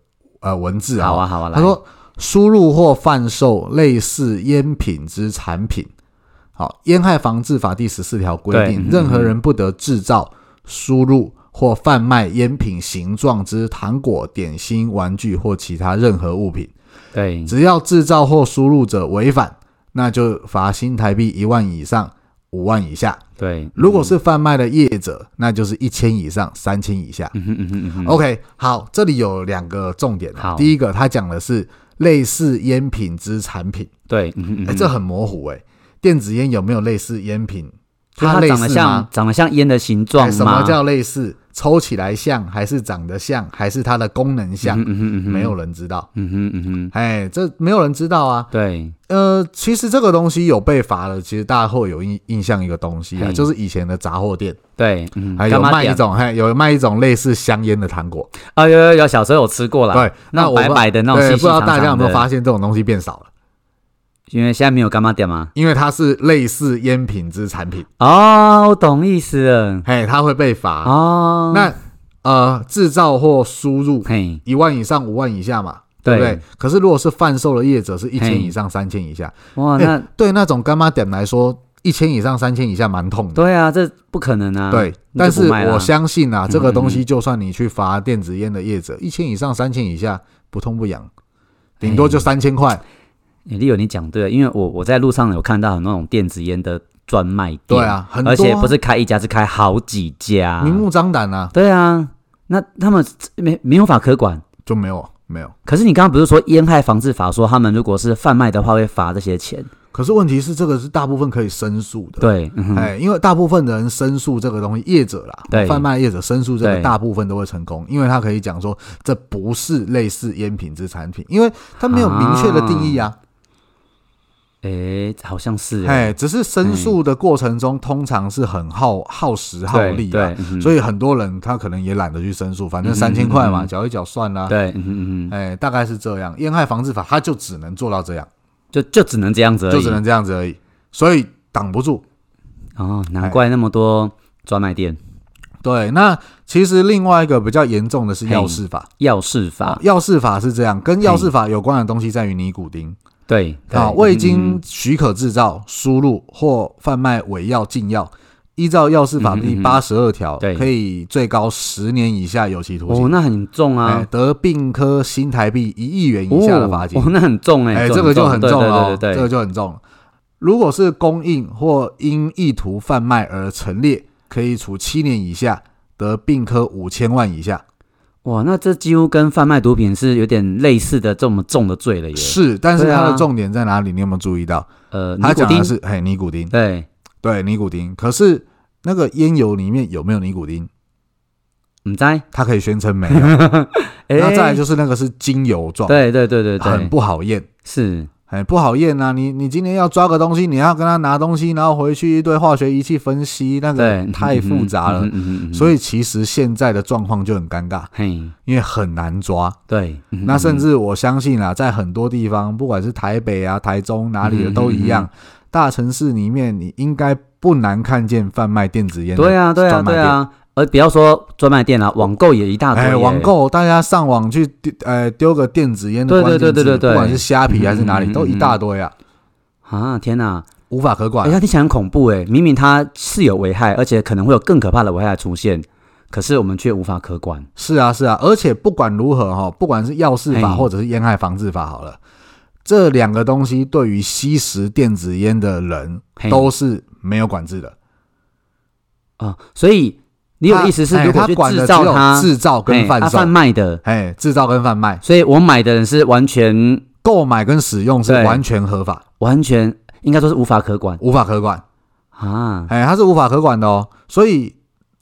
Speaker 1: 呃文字
Speaker 2: 好啊好啊，
Speaker 1: 他
Speaker 2: 来
Speaker 1: 说输入或贩售类似烟品之产品。好，《烟害防治法》第十四条规定
Speaker 2: 对，嗯
Speaker 1: 任何人不得制造、输入或贩卖烟品形状之糖果、点心、玩具或其他任何物品。
Speaker 2: 对，
Speaker 1: 只要制造或输入者违反，那就罚新台币一万以上五万以下。
Speaker 2: 对，
Speaker 1: 如果是贩卖的业者，那就是一千以上三千以下。
Speaker 2: 嗯哼嗯哼嗯哼，
Speaker 1: OK，好，这里有两个重点、啊。
Speaker 2: 好
Speaker 1: 第一个，他讲的是类似烟品之产品，
Speaker 2: 对，嗯哼嗯
Speaker 1: 哎、
Speaker 2: 哼，
Speaker 1: 这很模糊哎、电子烟有没有类似烟品？
Speaker 2: 就它
Speaker 1: 类
Speaker 2: 长得
Speaker 1: 似吗
Speaker 2: 像？长得像烟的形
Speaker 1: 哎
Speaker 2: 状吗？
Speaker 1: 什么叫类似？抽起来像，还是长得像，还是它的功能像？
Speaker 2: 嗯哼嗯哼嗯哼
Speaker 1: 没有，人知道。
Speaker 2: 嗯哼嗯哼，
Speaker 1: 哎，这没有人知道啊。
Speaker 2: 对，
Speaker 1: 呃，其实这个东西有被罚了，其实大家会有印印象一个东西啊，
Speaker 2: 嘿
Speaker 1: 就是以前的杂货店，
Speaker 2: 对，嗯，
Speaker 1: 还
Speaker 2: 干
Speaker 1: 哎有
Speaker 2: 妈
Speaker 1: 卖一
Speaker 2: 点
Speaker 1: 种，还有卖一种类似香烟的糖果。
Speaker 2: 啊，有有有，小时候有吃过啦。
Speaker 1: 对，那
Speaker 2: 那种
Speaker 1: 我
Speaker 2: 白
Speaker 1: 不
Speaker 2: 白的那种
Speaker 1: 对，
Speaker 2: 细
Speaker 1: 不
Speaker 2: 细
Speaker 1: 知道
Speaker 2: 长
Speaker 1: 大家有
Speaker 2: 长
Speaker 1: 没有
Speaker 2: 的，
Speaker 1: 发现这种东西变少了？
Speaker 2: 因为现在没有干妈点嘛。
Speaker 1: 因为它是类似烟品之产品，
Speaker 2: 哦，我懂意思了。
Speaker 1: 嘿，它会被罚。
Speaker 2: 哦，
Speaker 1: 啊那呃，制造或输入
Speaker 2: 嘿，
Speaker 1: 一万以上五万以下嘛，对
Speaker 2: 对
Speaker 1: 不对？可是如果是贩售的业者是一
Speaker 2: 嘿
Speaker 1: 千以上三千以下，
Speaker 2: 哇，
Speaker 1: 哎
Speaker 2: 那
Speaker 1: 对那种干妈点来说，一千以上三千以下蛮痛的。
Speaker 2: 对啊，这不可能啊。
Speaker 1: 对，
Speaker 2: 那
Speaker 1: 但
Speaker 2: 就不
Speaker 1: 是
Speaker 2: 卖啦
Speaker 1: 我相信啊，
Speaker 2: 嗯
Speaker 1: 这个
Speaker 2: 嗯
Speaker 1: 东
Speaker 2: 嗯
Speaker 1: 西就算你去罚电子烟的业者，一千以上三千以下不痛不痒，顶多就三千块。
Speaker 2: 哎丽友你讲对了，因为我我在路上有看到很多那种电子烟的专卖店，
Speaker 1: 对，啊，很多啊
Speaker 2: 哎而且不是开一家，是开好几家
Speaker 1: 明。目张胆啊，
Speaker 2: 对啊，那他们没没有法可管。
Speaker 1: 就没有没有。
Speaker 2: 可是你刚刚不是说烟害防治法说他们如果是贩卖的话会罚这些钱？
Speaker 1: 可是问题是，这个是大部分可以申诉的。
Speaker 2: 对，嗯哼，
Speaker 1: 哎，因为大部分人申诉这个东西，业者啦，
Speaker 2: 对
Speaker 1: 贩卖业者申诉这个，
Speaker 2: 对
Speaker 1: 大部分都会成功，因为他可以讲说这不是类似烟品之产品，因为他没有明确的定义啊。
Speaker 2: 哎，好像是耶，
Speaker 1: 哎，只是申诉的过程中，通常是很耗耗时耗
Speaker 2: 对
Speaker 1: 力啊
Speaker 2: 对，，嗯哼
Speaker 1: 所以很多人他可能也懒得去申诉，反正
Speaker 2: 嗯
Speaker 1: 三千块嘛，
Speaker 2: 嗯
Speaker 1: 缴一缴算啦。
Speaker 2: 对，嗯哼嗯哼，
Speaker 1: 哎，大概是这样。烟害防治法它就只能做到这样，
Speaker 2: 就就只能这样子而已，
Speaker 1: 就只能这样子而已，所以挡不住。
Speaker 2: 哦，难怪那么多专卖店
Speaker 1: 对，那其实另外一个比较严重的是药事法。
Speaker 2: 药事
Speaker 1: 啊
Speaker 2: 法，，
Speaker 1: 药事法是这样，跟药
Speaker 2: 嘿
Speaker 1: 事法有关的东西在于尼古丁
Speaker 2: 对对
Speaker 1: 啊，未经
Speaker 2: 嗯
Speaker 1: 许可制造、输入或贩卖伪药、禁药，依照药事法
Speaker 2: 嗯哼
Speaker 1: 第
Speaker 2: 嗯哼
Speaker 1: 八十二条，
Speaker 2: 对
Speaker 1: 可以最高十年以下有期徒
Speaker 2: 哦，
Speaker 1: 刑，
Speaker 2: 那很重
Speaker 1: 哎
Speaker 2: 啊，
Speaker 1: 得并科新台币一亿元以
Speaker 2: 哦
Speaker 1: 下的罚金
Speaker 2: 哦，，那很重哎，
Speaker 1: 哎，这个就很
Speaker 2: 对
Speaker 1: 重了哦，
Speaker 2: 对对
Speaker 1: 这
Speaker 2: 对
Speaker 1: 个
Speaker 2: 对，
Speaker 1: 就很重了。如果是供应或因意图贩卖而陈列，可以处七年以下，得并科五千万以下。
Speaker 2: 哇，那这几乎跟贩卖毒品是有点类似的这么重的罪了耶，
Speaker 1: 是，但是
Speaker 2: 对
Speaker 1: 它的
Speaker 2: 啊
Speaker 1: 重点在哪里？你有没有注意到？
Speaker 2: 呃，尼
Speaker 1: 他
Speaker 2: 古
Speaker 1: 讲的
Speaker 2: 丁，
Speaker 1: 是嘿尼古丁，
Speaker 2: 对，
Speaker 1: 对尼古丁。可是那个烟油里面有没有尼古丁？
Speaker 2: 你在，
Speaker 1: 它可以宣称没有。
Speaker 2: 哎，
Speaker 1: 那再来就是那个是精油状，
Speaker 2: 对对对对对，
Speaker 1: 很不好验。
Speaker 2: 是，
Speaker 1: 哎，不好验啊！你你今天要抓个东西，你要跟他拿东西，然后回去一堆化学仪器分析，那个
Speaker 2: 对，嗯
Speaker 1: 太复杂 了。
Speaker 2: 了
Speaker 1: 所
Speaker 2: 以
Speaker 1: 以其实现在的状况就很尴尬，
Speaker 2: 嘿，
Speaker 1: 因为很难抓。
Speaker 2: 对，嗯哼
Speaker 1: 那甚
Speaker 2: 嗯
Speaker 1: 至我相信啊，在很多地方，不管是台北啊、台中哪里的
Speaker 2: 嗯
Speaker 1: 都一样
Speaker 2: 嗯，
Speaker 1: 大城市里面你应该不难看见贩卖电子烟的
Speaker 2: 对啊，对啊，
Speaker 1: 专卖
Speaker 2: 对
Speaker 1: 店。
Speaker 2: 啊，而不要说专卖店啦、啊网购也一大堆耶、
Speaker 1: 哎，网购大家上网去丢呃丢个电子烟的
Speaker 2: 对
Speaker 1: 关键
Speaker 2: 对对对
Speaker 1: 字
Speaker 2: 对对
Speaker 1: 不管是虾皮还是哪里，
Speaker 2: 嗯嗯嗯
Speaker 1: 都一大堆啊。
Speaker 2: 啊！天哪，
Speaker 1: 无法可管
Speaker 2: 哎、。呀，听起来很恐怖哎。明明它是有危害，而且可能会有更可怕的危害出现，可是我们却无法可管。
Speaker 1: 是啊，是啊，而且不管如何哈，不管是药事法
Speaker 2: 嘿
Speaker 1: 或者是烟害防治法好了，这两个东西对于吸食电子烟的人
Speaker 2: 嘿
Speaker 1: 都是没有管制的。
Speaker 2: 啊、所以你有
Speaker 1: 他
Speaker 2: 意思是，
Speaker 1: 哎
Speaker 2: 如果
Speaker 1: 他
Speaker 2: 去
Speaker 1: 管的
Speaker 2: 制
Speaker 1: 只
Speaker 2: 造
Speaker 1: 有
Speaker 2: 它，
Speaker 1: 制造跟
Speaker 2: 哎
Speaker 1: 贩
Speaker 2: 它
Speaker 1: 售
Speaker 2: 贩，卖的，
Speaker 1: 哎，制造跟贩卖，
Speaker 2: 所以我买的人是完全
Speaker 1: 购买跟使用是
Speaker 2: 对
Speaker 1: 完全合法，
Speaker 2: 完全应该说是无法可管
Speaker 1: 无法可管。
Speaker 2: 啊。
Speaker 1: 哎，它是无法可管的哦。所以，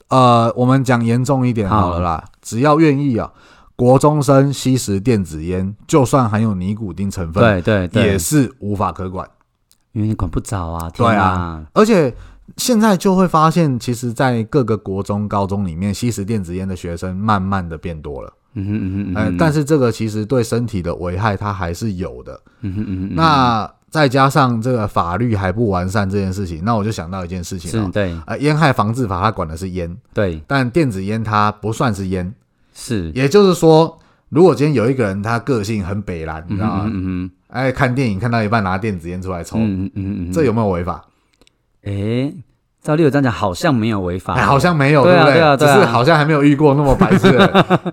Speaker 1: 呃，我们讲严重一点好了啦，只要愿意啊，国中生吸食电子烟，就算含有尼古丁成分，
Speaker 2: 对对对，
Speaker 1: 也是无法可管。
Speaker 2: 因为你管不着啊，天
Speaker 1: 对啊
Speaker 2: 啊，
Speaker 1: 而且现在就会发现，其实，在各个国中、高中里面，吸食电子烟的学生慢慢的变多了。
Speaker 2: 嗯哼嗯哼嗯
Speaker 1: 哎
Speaker 2: 哼，
Speaker 1: 但是这个其实对身体的危害，它还是有的。
Speaker 2: 嗯哼嗯哼嗯哼
Speaker 1: 那再加上这个法律还不完善这件事情，那我就想到一件事情
Speaker 2: 是
Speaker 1: 啊、
Speaker 2: 对
Speaker 1: 呃，烟害防治法它管的是烟，
Speaker 2: 对
Speaker 1: 但电子烟它不算是烟，
Speaker 2: 是，
Speaker 1: 也就是说，如果今天有一个人他个性很北蓝，你
Speaker 2: 嗯
Speaker 1: 知道
Speaker 2: 哼
Speaker 1: 吗？
Speaker 2: 嗯哼
Speaker 1: 哎，看电影看到一半拿电子烟出来抽，
Speaker 2: 嗯哼嗯哼嗯哼，
Speaker 1: 这有没有违法？
Speaker 2: 哎，照例有这样讲，好像没有违法，
Speaker 1: 哎，好像没有，
Speaker 2: 对啊
Speaker 1: 不
Speaker 2: 对啊
Speaker 1: 只
Speaker 2: 对啊
Speaker 1: 是好像还没有遇过那么白痴的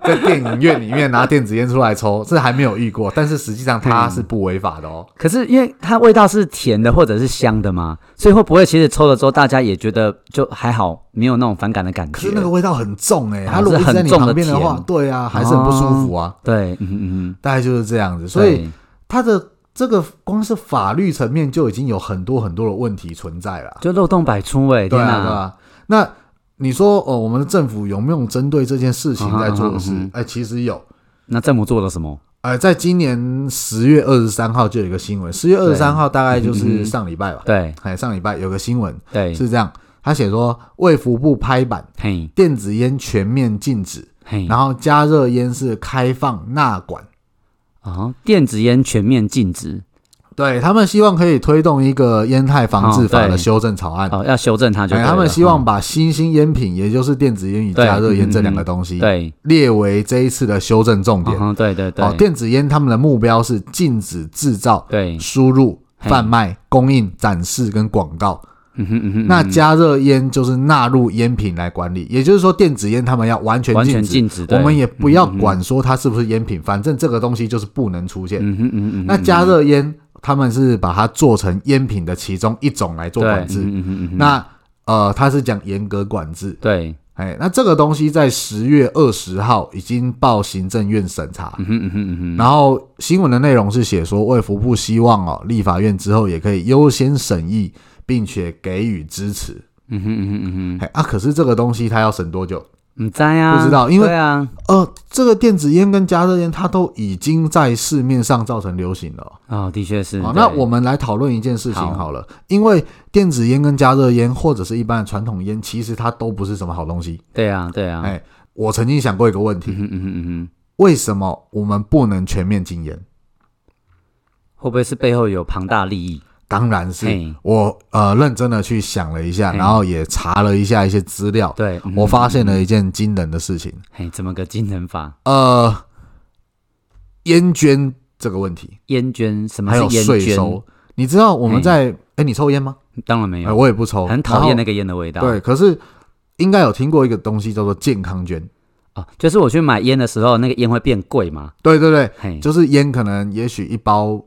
Speaker 1: 人 在电影院里面拿电子烟出来抽，这还没有遇过。但是实际上它是不违法的哦。
Speaker 2: 可是因为它味道是甜的或者是香的嘛，所以会不会其实抽了之后，大家也觉得就还好，没有那种反感的感
Speaker 1: 可
Speaker 2: 觉？
Speaker 1: 是那个味道很重哎，
Speaker 2: 哦
Speaker 1: 它如果一直在你旁边
Speaker 2: 是很重
Speaker 1: 话
Speaker 2: 的，甜
Speaker 1: 对啊，还是很不舒服啊。
Speaker 2: 对，嗯哼嗯
Speaker 1: 大概就是这样子，
Speaker 2: 哼，
Speaker 1: 所以
Speaker 2: 对
Speaker 1: 它的这个光是法律层面就已经有很多很多的问题存在了。
Speaker 2: 就漏洞百出哎，
Speaker 1: 对
Speaker 2: 天
Speaker 1: 啊，对
Speaker 2: 哪，
Speaker 1: 啊。那你说哦，我们的政府有没有针对这件事情在做的事
Speaker 2: 嗯哼嗯哼？
Speaker 1: 哎，其实有。
Speaker 2: 那政府做了什么？
Speaker 1: 呃，在今年十月二十三号就有一个新闻，十月二十三号大概就是上礼拜吧。
Speaker 2: 对
Speaker 1: 哎，上礼拜有个新闻
Speaker 2: 对，
Speaker 1: 是这样，他写说卫福部拍板，
Speaker 2: 嘿
Speaker 1: 电子烟全面禁止，
Speaker 2: 嘿，
Speaker 1: 然后加热烟是开放纳管。
Speaker 2: 哦，电子烟全面禁止
Speaker 1: 对他们希望可以推动一个烟害防治法
Speaker 2: 哦
Speaker 1: 的
Speaker 2: 对
Speaker 1: 修正草案，
Speaker 2: 哦，要修正它就对
Speaker 1: 哎，
Speaker 2: 了。
Speaker 1: 他们希
Speaker 2: 哦
Speaker 1: 望把新兴烟品，也就是电子烟与
Speaker 2: 对
Speaker 1: 加热烟
Speaker 2: 嗯
Speaker 1: 这两
Speaker 2: 嗯
Speaker 1: 个东西，
Speaker 2: 对，
Speaker 1: 列为这一次的修正重点。
Speaker 2: 嗯，对对
Speaker 1: 哦，
Speaker 2: 对，
Speaker 1: 电子烟他们的目标是禁止制造、
Speaker 2: 对，
Speaker 1: 输入、
Speaker 2: 嗯嘿
Speaker 1: 贩卖、供应、展示跟广告。
Speaker 2: 嗯哼嗯哼，
Speaker 1: 那
Speaker 2: 嗯
Speaker 1: 加热烟就是纳入烟品来管理，也就是说，电子烟他们要完全
Speaker 2: 完
Speaker 1: 禁
Speaker 2: 全
Speaker 1: 止，
Speaker 2: 禁止，对嗯
Speaker 1: 我们也不要管说它是不是烟品，反正这个东西就是不能出现。
Speaker 2: 嗯哼嗯哼嗯哼，
Speaker 1: 那加热烟他们是把它做成烟品的其中一种来做
Speaker 2: 对
Speaker 1: 管制，
Speaker 2: 嗯哼嗯哼嗯哼
Speaker 1: 那呃，它是讲严格管制。
Speaker 2: 对，
Speaker 1: 哎，那这个东西在十月二十号已经报行政院审查，
Speaker 2: 嗯哼嗯哼嗯哼，
Speaker 1: 然后新闻的内容是写说，卫福部希望哦，立法院之后也可以优先审议，并且给予支持。
Speaker 2: 嗯哼嗯哼嗯哼。
Speaker 1: 哎啊，可是这个东西它要审多久？
Speaker 2: 唔知啊，
Speaker 1: 不知道因为
Speaker 2: 对啊，
Speaker 1: 呃，这个电子烟跟加热烟，它都已经在市面上造成流行了哦。
Speaker 2: 哦，的确是。
Speaker 1: 好，
Speaker 2: 对
Speaker 1: 那我们来讨论一件事情
Speaker 2: 好
Speaker 1: 好了，因为电子烟跟加热烟或者是一般的传统烟，其实它都不是什么好东西。
Speaker 2: 对啊，对啊，
Speaker 1: 哎，我曾经想过一个问题，
Speaker 2: 嗯哼嗯哼嗯哼，
Speaker 1: 为什么我们不能全面禁烟？
Speaker 2: 会不会是背后有庞大利益？
Speaker 1: 当然是
Speaker 2: 嘿
Speaker 1: 我呃认真的去想了一下，
Speaker 2: 嘿
Speaker 1: 然后也查了一下一些资料，
Speaker 2: 对，嗯
Speaker 1: 我发现了一件惊人的事情，
Speaker 2: 嘿，怎么个精神法？
Speaker 1: 呃，烟捐这个问题，
Speaker 2: 烟捐什么
Speaker 1: 还有
Speaker 2: 是烟
Speaker 1: 税
Speaker 2: 捐？
Speaker 1: 收，你知道我们在哎，你抽烟吗？
Speaker 2: 当然没
Speaker 1: 哎，
Speaker 2: 有，
Speaker 1: 我也不抽，
Speaker 2: 很讨厌那
Speaker 1: 然
Speaker 2: 个烟的味道。
Speaker 1: 后对，可是应该有听过一个东西叫做健康捐，
Speaker 2: 哦，就是我去买烟的时候，那个烟会变贵嘛？
Speaker 1: 对对对，
Speaker 2: 嘿，
Speaker 1: 就是烟可能也许一包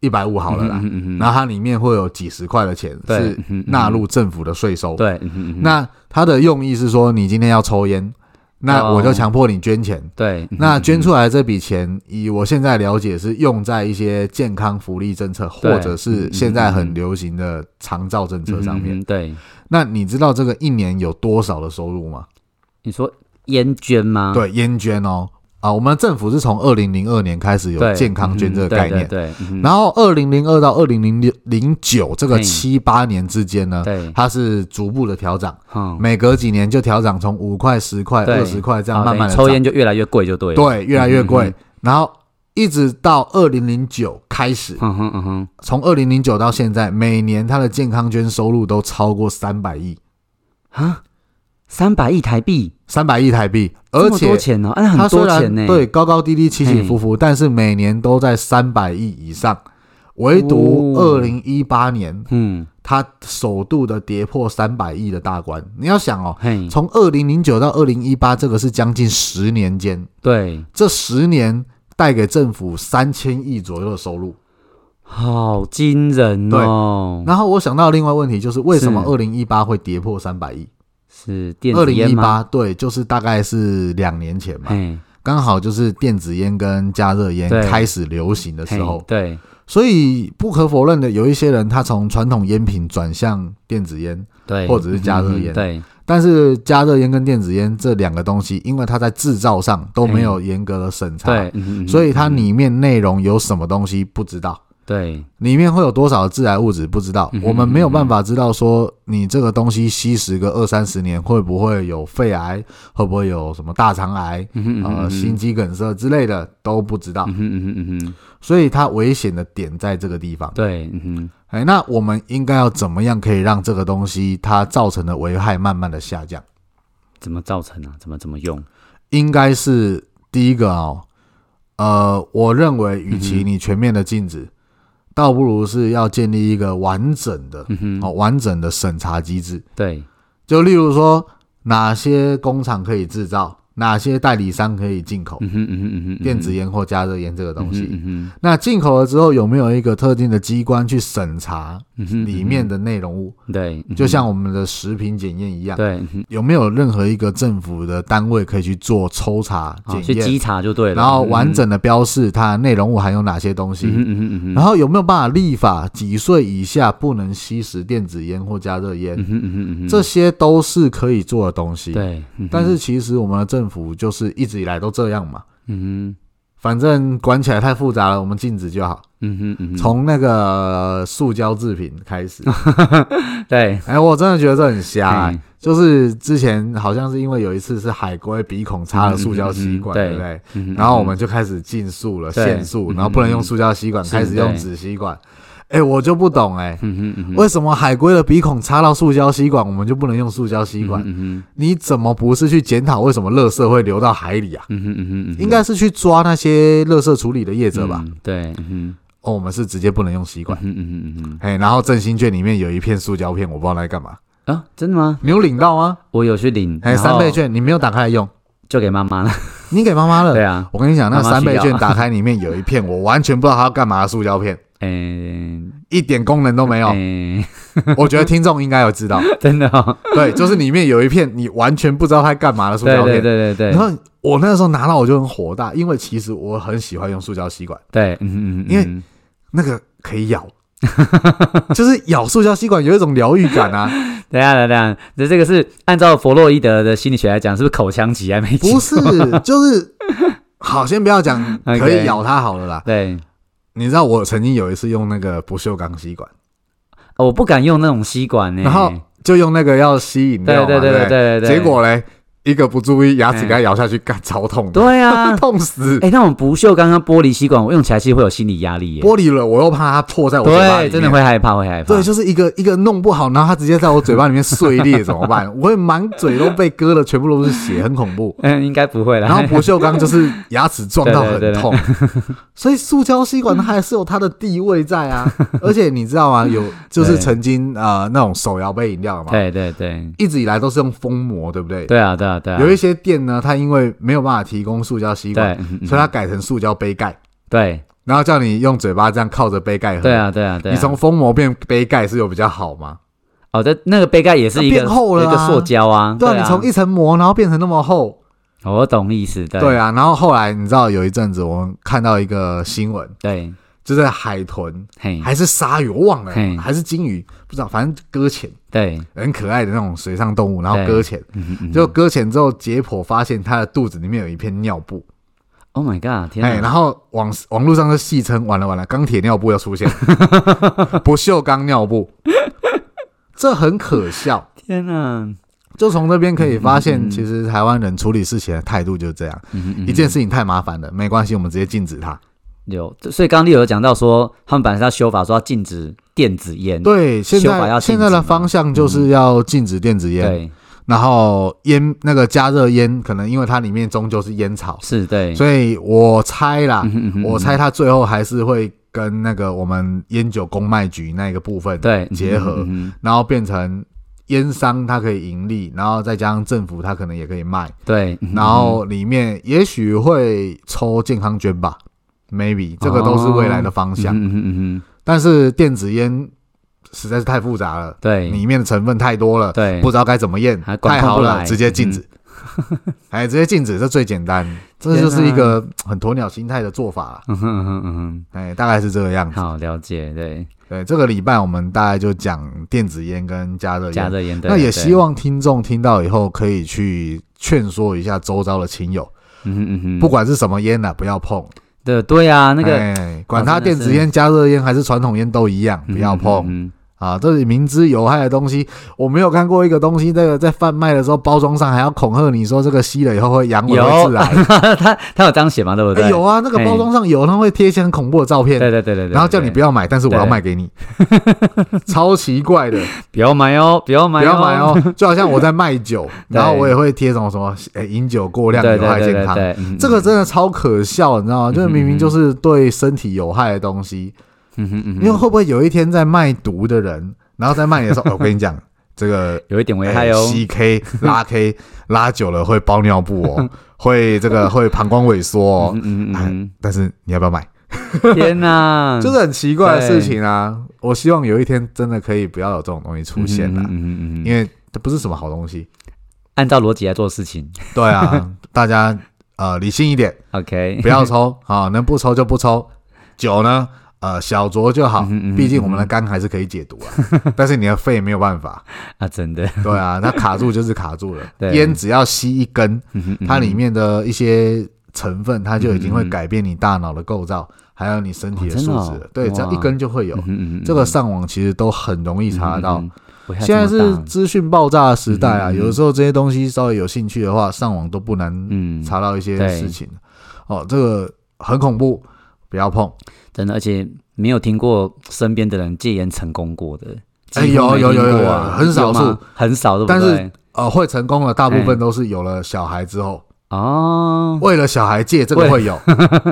Speaker 1: 一百五好了啦
Speaker 2: 嗯，哼嗯哼
Speaker 1: 然后它里面会有几十块的钱
Speaker 2: 对
Speaker 1: 是
Speaker 2: 嗯哼嗯哼
Speaker 1: 纳入政府的税收，
Speaker 2: 对，嗯哼嗯哼
Speaker 1: 那它的用意是说，你今天要抽烟，那
Speaker 2: 哦
Speaker 1: 我就强迫你捐钱。
Speaker 2: 对，嗯
Speaker 1: 那捐出来这笔钱，以我现在了解是用在一些健康福利政策，
Speaker 2: 对嗯
Speaker 1: 或者是现在很流行的长照政策上面。
Speaker 2: 嗯哼嗯哼对，
Speaker 1: 那你知道这个一年有多少的收入吗？
Speaker 2: 你说烟捐吗？
Speaker 1: 对，烟捐哦，啊，我们政府是从二零零二年开始
Speaker 2: 对，
Speaker 1: 有健康捐这个
Speaker 2: 嗯对
Speaker 1: 概
Speaker 2: 对
Speaker 1: 念，
Speaker 2: 对，嗯哼
Speaker 1: 然后二零零二到二零零六零九这个
Speaker 2: 嘿
Speaker 1: 七八年之间呢，
Speaker 2: 对，
Speaker 1: 它是逐步的调涨。
Speaker 2: 嗯，
Speaker 1: 每隔几年就调涨，从五块、十块、
Speaker 2: 对
Speaker 1: 二十块这样
Speaker 2: 好
Speaker 1: 慢慢
Speaker 2: 等
Speaker 1: 的
Speaker 2: 于抽烟就越来越贵，就对了。
Speaker 1: 对，越来越贵。
Speaker 2: 嗯
Speaker 1: 然后一直到二零零九开始，
Speaker 2: 嗯哼嗯哼，
Speaker 1: 从二零零九到现在，每年他的健康捐收入都超过三百亿，
Speaker 2: 三百亿台币，
Speaker 1: 三百亿台币，
Speaker 2: 这
Speaker 1: 而
Speaker 2: 么
Speaker 1: 且
Speaker 2: 多。钱呢、啊，那
Speaker 1: 他
Speaker 2: 很
Speaker 1: 虽
Speaker 2: 多钱
Speaker 1: 然
Speaker 2: 呢、
Speaker 1: 对高高低低起起伏伏，但是每年都在三百亿以上，唯独
Speaker 2: 哦
Speaker 1: 二零一八年，
Speaker 2: 嗯，
Speaker 1: 它首度的跌破三百亿的大关。你要想哦，
Speaker 2: 嘿，
Speaker 1: 从二零零九到二零一八，这个是将近十年间，
Speaker 2: 对，
Speaker 1: 这十年带给政府三千亿左右的收入。
Speaker 2: 好惊人哦，
Speaker 1: 然后我想到另外问题就是，为什么
Speaker 2: 是
Speaker 1: 二零一八会跌破三百亿？
Speaker 2: 是电
Speaker 1: 二
Speaker 2: 子
Speaker 1: 零
Speaker 2: 烟
Speaker 1: 一
Speaker 2: 吗？
Speaker 1: 八对，就是大概是两年前嘛，
Speaker 2: 嘿，
Speaker 1: 刚好就是电子烟跟加热烟
Speaker 2: 对
Speaker 1: 开始流行的时
Speaker 2: 嘿
Speaker 1: 候，
Speaker 2: 对，
Speaker 1: 所以不可否认的，有一些人他从传统烟品转向电子烟，
Speaker 2: 对，
Speaker 1: 或者是加热
Speaker 2: 嗯
Speaker 1: 烟
Speaker 2: 对，
Speaker 1: 但是加热烟跟电子烟这两个东西，因为它在制造上都没有严格的审查，
Speaker 2: 对，嗯
Speaker 1: 所以它里面内容有什么东西不知道。
Speaker 2: 对，
Speaker 1: 里面会有多少致癌物质不知道
Speaker 2: 嗯，哼
Speaker 1: 我们没有办法知道说你这个东西吸食个二三十年会不会有肺癌，会不会有什么大肠癌、
Speaker 2: 嗯哼
Speaker 1: 呃心，肌梗塞之类的都不知道
Speaker 2: 嗯，哼嗯哼嗯哼嗯哼，
Speaker 1: 所以它危险的点在这个地方。
Speaker 2: 对，嗯哼，
Speaker 1: 哎，那我们应该要怎么样可以让这个东西它造成的危害慢慢的下降？
Speaker 2: 怎么造成啊？怎么怎么用？
Speaker 1: 应该是第一个哦，呃，我认为与
Speaker 2: 嗯
Speaker 1: 其你全面的禁止，倒不如是要建立一个完整的
Speaker 2: 嗯哼，
Speaker 1: 哦完整的审查机制。
Speaker 2: 对，
Speaker 1: 就例如说，哪些工厂可以制造，哪些代理商可以进口
Speaker 2: 嗯哼嗯哼嗯哼，
Speaker 1: 电子烟或加热烟这个
Speaker 2: 嗯哼
Speaker 1: 东西。
Speaker 2: 嗯哼
Speaker 1: 那进口了之后，有没有一个特定的机关去审查
Speaker 2: 嗯哼，
Speaker 1: 里面的内容物？
Speaker 2: 嗯哼对，嗯
Speaker 1: 就
Speaker 2: 哼
Speaker 1: 像我们的食品检验一样，
Speaker 2: 对，嗯哼
Speaker 1: 有没有任何一个政府的单位可以去做抽查
Speaker 2: 好啊去
Speaker 1: 检
Speaker 2: 稽
Speaker 1: 验，
Speaker 2: 查就对了，
Speaker 1: 然后
Speaker 2: 嗯
Speaker 1: 完，整的标示它的内容物含有哪些东
Speaker 2: 嗯哼
Speaker 1: 西？
Speaker 2: 嗯哼嗯哼，
Speaker 1: 然后有没有办法立法，几岁以下不能吸食电子烟或加热烟？
Speaker 2: 嗯哼嗯哼嗯哼，
Speaker 1: 这些都是可以做的东西。
Speaker 2: 对，嗯哼
Speaker 1: 但是其实我们的政府就是一直以来都这样嘛，
Speaker 2: 嗯
Speaker 1: 反正管起来太复杂了，我们禁止就好。
Speaker 2: 哼嗯哼嗯哼，
Speaker 1: 从那个呃塑胶制品开始，
Speaker 2: 对，
Speaker 1: 哎，我真的觉得这很瞎、
Speaker 2: 嗯
Speaker 1: 哎就是之前好像是因为有一次是海龟鼻孔插了塑胶吸管，
Speaker 2: 嗯嗯嗯嗯
Speaker 1: 对不对？
Speaker 2: 嗯哼
Speaker 1: 然后我们就开始禁塑了，
Speaker 2: 对
Speaker 1: 限塑，
Speaker 2: 嗯
Speaker 1: 然后不能用塑胶吸管，
Speaker 2: 是
Speaker 1: 开始用
Speaker 2: 对
Speaker 1: 纸吸管。哎，我就不懂哎、
Speaker 2: 嗯哼嗯哼，
Speaker 1: 为什么海龟的鼻孔插到塑胶吸管，我们就不能用塑胶吸管？
Speaker 2: 嗯哼
Speaker 1: 你怎么不是去检讨为什么垃圾会流到海里啊？
Speaker 2: 嗯哼嗯哼嗯哼，
Speaker 1: 应该是去抓那些垃圾处理的业者吧？
Speaker 2: 嗯？对，嗯
Speaker 1: 哦，我们是直接不能用吸
Speaker 2: 哼
Speaker 1: 管。
Speaker 2: 嗯哼嗯哼嗯
Speaker 1: 哎，然后振兴券里面有一片塑胶片，我不知道拿来干嘛。
Speaker 2: 哼，啊，真的吗？
Speaker 1: 你有领到吗？
Speaker 2: 我有去领，
Speaker 1: 哎，
Speaker 2: 然后
Speaker 1: 三倍券你没有打开来用，
Speaker 2: 就给妈妈 了，
Speaker 1: 你给妈妈了。
Speaker 2: 对啊，
Speaker 1: 我跟你讲，那
Speaker 2: 妈妈
Speaker 1: 三
Speaker 2: 需要
Speaker 1: 倍券打开里面有一 片我完全不知道它要干嘛的塑胶片，
Speaker 2: 嗯，
Speaker 1: 一点功能都 没有。
Speaker 2: 嗯，
Speaker 1: 我觉得听众应该有知道，
Speaker 2: 真的哦，
Speaker 1: 对，就是里面有一片你完全不知道它干嘛的塑
Speaker 2: 对
Speaker 1: 胶
Speaker 2: 对
Speaker 1: 片。
Speaker 2: 对对对，
Speaker 1: 然后我那时候拿到我就很火大，因为其实我很喜欢用塑胶吸管。
Speaker 2: 对，嗯嗯嗯，
Speaker 1: 因为那个可以咬， 就是咬塑胶吸管有一种疗愈感 啊！
Speaker 2: 等一下等一下，这这个是按照弗洛伊德的心理学来讲，是不是口腔期还没
Speaker 1: 不 是，就是好，先不要讲
Speaker 2: OK
Speaker 1: 可以咬它好了啦。
Speaker 2: 对、
Speaker 1: 你知道我曾经有一次用那个不锈钢吸管，
Speaker 2: 哦我不敢用那种吸管呢、
Speaker 1: 然后就用那个要吸饮料
Speaker 2: 对
Speaker 1: 嘛，
Speaker 2: 哎对对
Speaker 1: 不
Speaker 2: 对对对，
Speaker 1: 结果嘞，一个不注意牙齿给它咬下去，干超痛的，，
Speaker 2: 对啊
Speaker 1: 痛死！
Speaker 2: 哎、那种不锈钢跟玻璃吸管，我用起来其实会有心理压力耶、
Speaker 1: 玻璃了，我又怕它破在我嘴巴里
Speaker 2: 对，
Speaker 1: 面，
Speaker 2: 真的会害怕，会害怕。
Speaker 1: 对，就是一个一个弄不好，然后它直接在我嘴巴里面碎裂，怎么 办？我会满嘴都被割了，全部都是血，很恐怖。
Speaker 2: 嗯，应该不会啦。
Speaker 1: 然后不锈钢就是牙齿撞到很痛，所以塑胶吸管它还是有它的地位在 啊。而且你知道吗？有就是
Speaker 2: 对
Speaker 1: 曾经呃那种手摇杯饮料嘛，
Speaker 2: 对对对
Speaker 1: 一直以来都是用封膜，对不对？
Speaker 2: 对啊对啊对啊，
Speaker 1: 有一些店呢，它因为没有办法提供塑胶吸
Speaker 2: 对
Speaker 1: 管，
Speaker 2: 嗯嗯
Speaker 1: 所以它改成塑胶杯盖，
Speaker 2: 对
Speaker 1: 然后叫你用嘴巴这样靠着杯盖喝。
Speaker 2: 对啊对啊对啊，
Speaker 1: 你从封膜变杯盖是有比较好吗？
Speaker 2: 哦，这那个杯盖也是一个
Speaker 1: 变厚了啊
Speaker 2: 一个塑胶啊，
Speaker 1: 对
Speaker 2: 对
Speaker 1: 啊，你从一层膜然后变成那么厚，
Speaker 2: 哦我懂意思，对
Speaker 1: 对啊。然后后来你知道有一阵子我们看到一个新闻，
Speaker 2: 对，
Speaker 1: 就是海豚
Speaker 2: 嘿
Speaker 1: 还是鲨鱼，我忘了
Speaker 2: 嘿，
Speaker 1: 还是金鱼，不知道，反正搁浅，
Speaker 2: 对，
Speaker 1: 很可爱的那种水上动物，然后
Speaker 2: 对
Speaker 1: 搁浅，
Speaker 2: 嗯嗯
Speaker 1: 就搁浅之后解剖发现它的肚子里面有一片尿布，
Speaker 2: Oh my God，天
Speaker 1: 哎，
Speaker 2: 哪，
Speaker 1: 然后网网络上就戏称完了完了，钢铁尿布要 出现，不锈钢尿布，这很可笑。
Speaker 2: 天哪，
Speaker 1: 就从这边可以发现，
Speaker 2: 嗯嗯嗯
Speaker 1: 其实台湾人处理事情的态度就是这样：一件事情太麻烦了，没关系，我们直接禁止它。
Speaker 2: 有，所以刚刚丽友有讲到说，他们本来是要修法，说要禁止电子烟，
Speaker 1: 对，现
Speaker 2: 修法
Speaker 1: 在
Speaker 2: 要禁
Speaker 1: 现
Speaker 2: 止
Speaker 1: 在的
Speaker 2: 嘛嗯
Speaker 1: 方向就是要禁止电子烟，
Speaker 2: 对，
Speaker 1: 然后烟那个加热烟，可能因为它里面终究是烟草，
Speaker 2: 是，对，
Speaker 1: 所以我猜啦，
Speaker 2: 嗯哼嗯哼
Speaker 1: 我猜它最后还是会跟那个我们烟酒公卖局那个部分
Speaker 2: 对
Speaker 1: 结合，
Speaker 2: 嗯哼嗯哼
Speaker 1: 然后变成烟商它可以盈利，然后再加上政府它可能也可以卖，
Speaker 2: 对，嗯哼
Speaker 1: 然后里面也许会抽健康捐吧，maybe 这个都是未来的方向。
Speaker 2: 嗯哼嗯哼嗯哼，
Speaker 1: 但是电子烟实在是太复杂了，
Speaker 2: 对，
Speaker 1: 里面的成分太多了，
Speaker 2: 对
Speaker 1: 不知道该怎么验
Speaker 2: 还，管
Speaker 1: 太
Speaker 2: 控
Speaker 1: 好
Speaker 2: 不
Speaker 1: 了，
Speaker 2: 来嗯
Speaker 1: 直接禁止。哎，直接禁止，这最简 单，这就是一个很鸵鸟心态的做法啦。
Speaker 2: 嗯哼嗯哼嗯
Speaker 1: 哎，大概是这个样
Speaker 2: 哼，
Speaker 1: 子。
Speaker 2: 好了解，对，
Speaker 1: 对，这个礼拜我们大概就讲电子烟跟加热
Speaker 2: 加
Speaker 1: 烟。
Speaker 2: 热烟对，
Speaker 1: 那也
Speaker 2: 对
Speaker 1: 希，望听众听到以后可以去劝说一下周遭的亲友，
Speaker 2: 嗯哼嗯哼，
Speaker 1: 不管是什么烟呢，不要碰。
Speaker 2: 对对啊，那个
Speaker 1: 哎，管
Speaker 2: 哦
Speaker 1: 它
Speaker 2: 真的
Speaker 1: 电
Speaker 2: 是
Speaker 1: 子烟、加热烟还是传统烟都一样，不要碰。
Speaker 2: 嗯
Speaker 1: 啊，这是明知有害的东西，我没有看过一个东西，这个在贩卖的时候包装上还要恐吓你说这个吸了以后会阳痿会
Speaker 2: 有
Speaker 1: 致癌、
Speaker 2: 哼哼哼他他有这样写吗？对不
Speaker 1: 哎
Speaker 2: 对？
Speaker 1: 有啊，那个包装上有，他会贴一些很恐怖的照片，
Speaker 2: 对，对对对对，
Speaker 1: 然后叫你不
Speaker 2: 要
Speaker 1: 要买，但是我要
Speaker 2: 对
Speaker 1: 卖 给你，超奇怪的，
Speaker 2: 不要买哦，不要买，
Speaker 1: 不要买，哦，就好像我在卖 酒，然后我也会贴什么什么，哎，饮酒过量
Speaker 2: 对
Speaker 1: 有
Speaker 2: 对
Speaker 1: 害
Speaker 2: 对
Speaker 1: 健
Speaker 2: 对
Speaker 1: 康，
Speaker 2: 对，嗯
Speaker 1: 这个真的超可笑，你知道吗？就是明明就是对身体有害的东西，
Speaker 2: 嗯哼嗯
Speaker 1: 因为
Speaker 2: 哼，
Speaker 1: 会不会有一天在卖毒的人，然后在卖你的时候，哎我跟你讲，这个
Speaker 2: 有一点危害哦，
Speaker 1: 哎吸 K 拉 K 拉久了会包尿布哦，会这个会膀胱萎缩哦。
Speaker 2: 嗯嗯嗯嗯
Speaker 1: 但是你要不要买？
Speaker 2: 嗯，天哪，
Speaker 1: 就是很奇怪的事情啊！我希望有一天真的可以不要有这种东西出现啦，啊
Speaker 2: 嗯嗯嗯嗯嗯，
Speaker 1: 因为它不是什么好东西。
Speaker 2: 按照逻辑来做事情
Speaker 1: 对啊， 大家呃理性一 点，
Speaker 2: ，OK，
Speaker 1: 不要抽啊，能不抽就不抽。酒呢，呃小酌就好
Speaker 2: 嗯哼嗯，哼
Speaker 1: 毕竟我们的肝还是可以解毒 啊，但是你的肺没有办法。
Speaker 2: 啊，真的，
Speaker 1: 对啊，它卡住就是卡住了。
Speaker 2: 对
Speaker 1: 烟只要吸一根，
Speaker 2: 嗯哼 嗯
Speaker 1: 它里
Speaker 2: 哼
Speaker 1: 面的一些成分，它就已经会改变你大脑的构造，还有你身体的素
Speaker 2: 嗯哦
Speaker 1: 质
Speaker 2: 真的
Speaker 1: 了
Speaker 2: 哦。
Speaker 1: 对，只要一根就会有
Speaker 2: 嗯。哼嗯哼
Speaker 1: 这个上网其实都很容易查得到。
Speaker 2: 嗯嗯嗯危害
Speaker 1: 现在
Speaker 2: 这么
Speaker 1: 是
Speaker 2: 大
Speaker 1: 资讯爆炸的时代啊，
Speaker 2: 嗯嗯嗯
Speaker 1: 有的时候这些东西稍微有兴趣的话，上网都不难
Speaker 2: 嗯
Speaker 1: 查到一些事情。哦，这个很恐怖，不要碰。
Speaker 2: 真的，而且没有听过身边的人戒烟成功过的，
Speaker 1: 哎
Speaker 2: 几乎没
Speaker 1: 有有有
Speaker 2: 听过
Speaker 1: 有
Speaker 2: 啊
Speaker 1: 有很少数
Speaker 2: 有吗很少，对不
Speaker 1: 但是
Speaker 2: 对？
Speaker 1: 呃，会成功的大部
Speaker 2: 哎
Speaker 1: 分都是有了小孩之后，
Speaker 2: 嗯哦
Speaker 1: 为了小孩戒这个
Speaker 2: 为
Speaker 1: 会 有，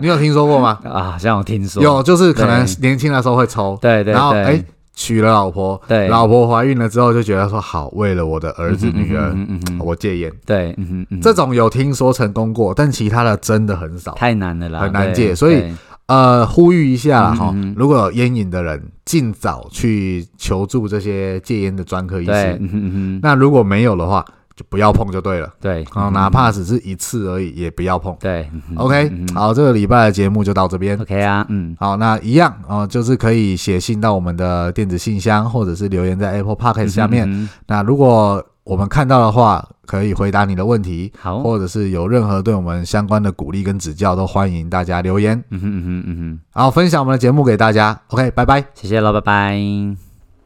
Speaker 1: 你有听说过吗？
Speaker 2: 啊，好 像有听说，
Speaker 1: 有，就是可能
Speaker 2: 对
Speaker 1: 年轻的时候会抽，
Speaker 2: 对对，
Speaker 1: 然后
Speaker 2: 对
Speaker 1: 哎、娶了老婆，
Speaker 2: 对
Speaker 1: 老婆怀孕了之后就觉得说好，为了我的儿子
Speaker 2: 嗯哼
Speaker 1: 女儿，
Speaker 2: 嗯哼嗯哼嗯哼
Speaker 1: 我戒烟。
Speaker 2: 对，嗯哼嗯哼，
Speaker 1: 这种有听说成功过，但其他的真的很少。
Speaker 2: 太难了啦，
Speaker 1: 很难
Speaker 2: 对
Speaker 1: 戒所以
Speaker 2: 对
Speaker 1: 呃，呼吁一下啦哈、
Speaker 2: 嗯哼
Speaker 1: 如果有烟瘾的人，尽早去求助这些戒烟的专科医
Speaker 2: 对，
Speaker 1: 师。
Speaker 2: 嗯哼嗯哼，
Speaker 1: 那如果没有的话，就不要碰就对了。
Speaker 2: 对，
Speaker 1: 啊、
Speaker 2: 嗯
Speaker 1: 哪怕只是一次而已，也不要碰。
Speaker 2: 对嗯哼
Speaker 1: OK，、
Speaker 2: 嗯哼
Speaker 1: 好，这个礼拜的节目就到这边。
Speaker 2: ，OK 啊，嗯，
Speaker 1: 好，那一样哦、呃就是可以写信到我们的电子信箱，或者是留言在 Apple Podcast 下面。
Speaker 2: 嗯哼嗯哼
Speaker 1: 那如果我们看到的话，可以回答你的问题，
Speaker 2: 好，
Speaker 1: 或者是有任何对我们相关的鼓励跟指教，都欢迎大家留言，
Speaker 2: 嗯哼嗯哼嗯哼，
Speaker 1: 然后分享我们的节目给大家。OK，拜拜。
Speaker 2: 谢谢了，拜拜。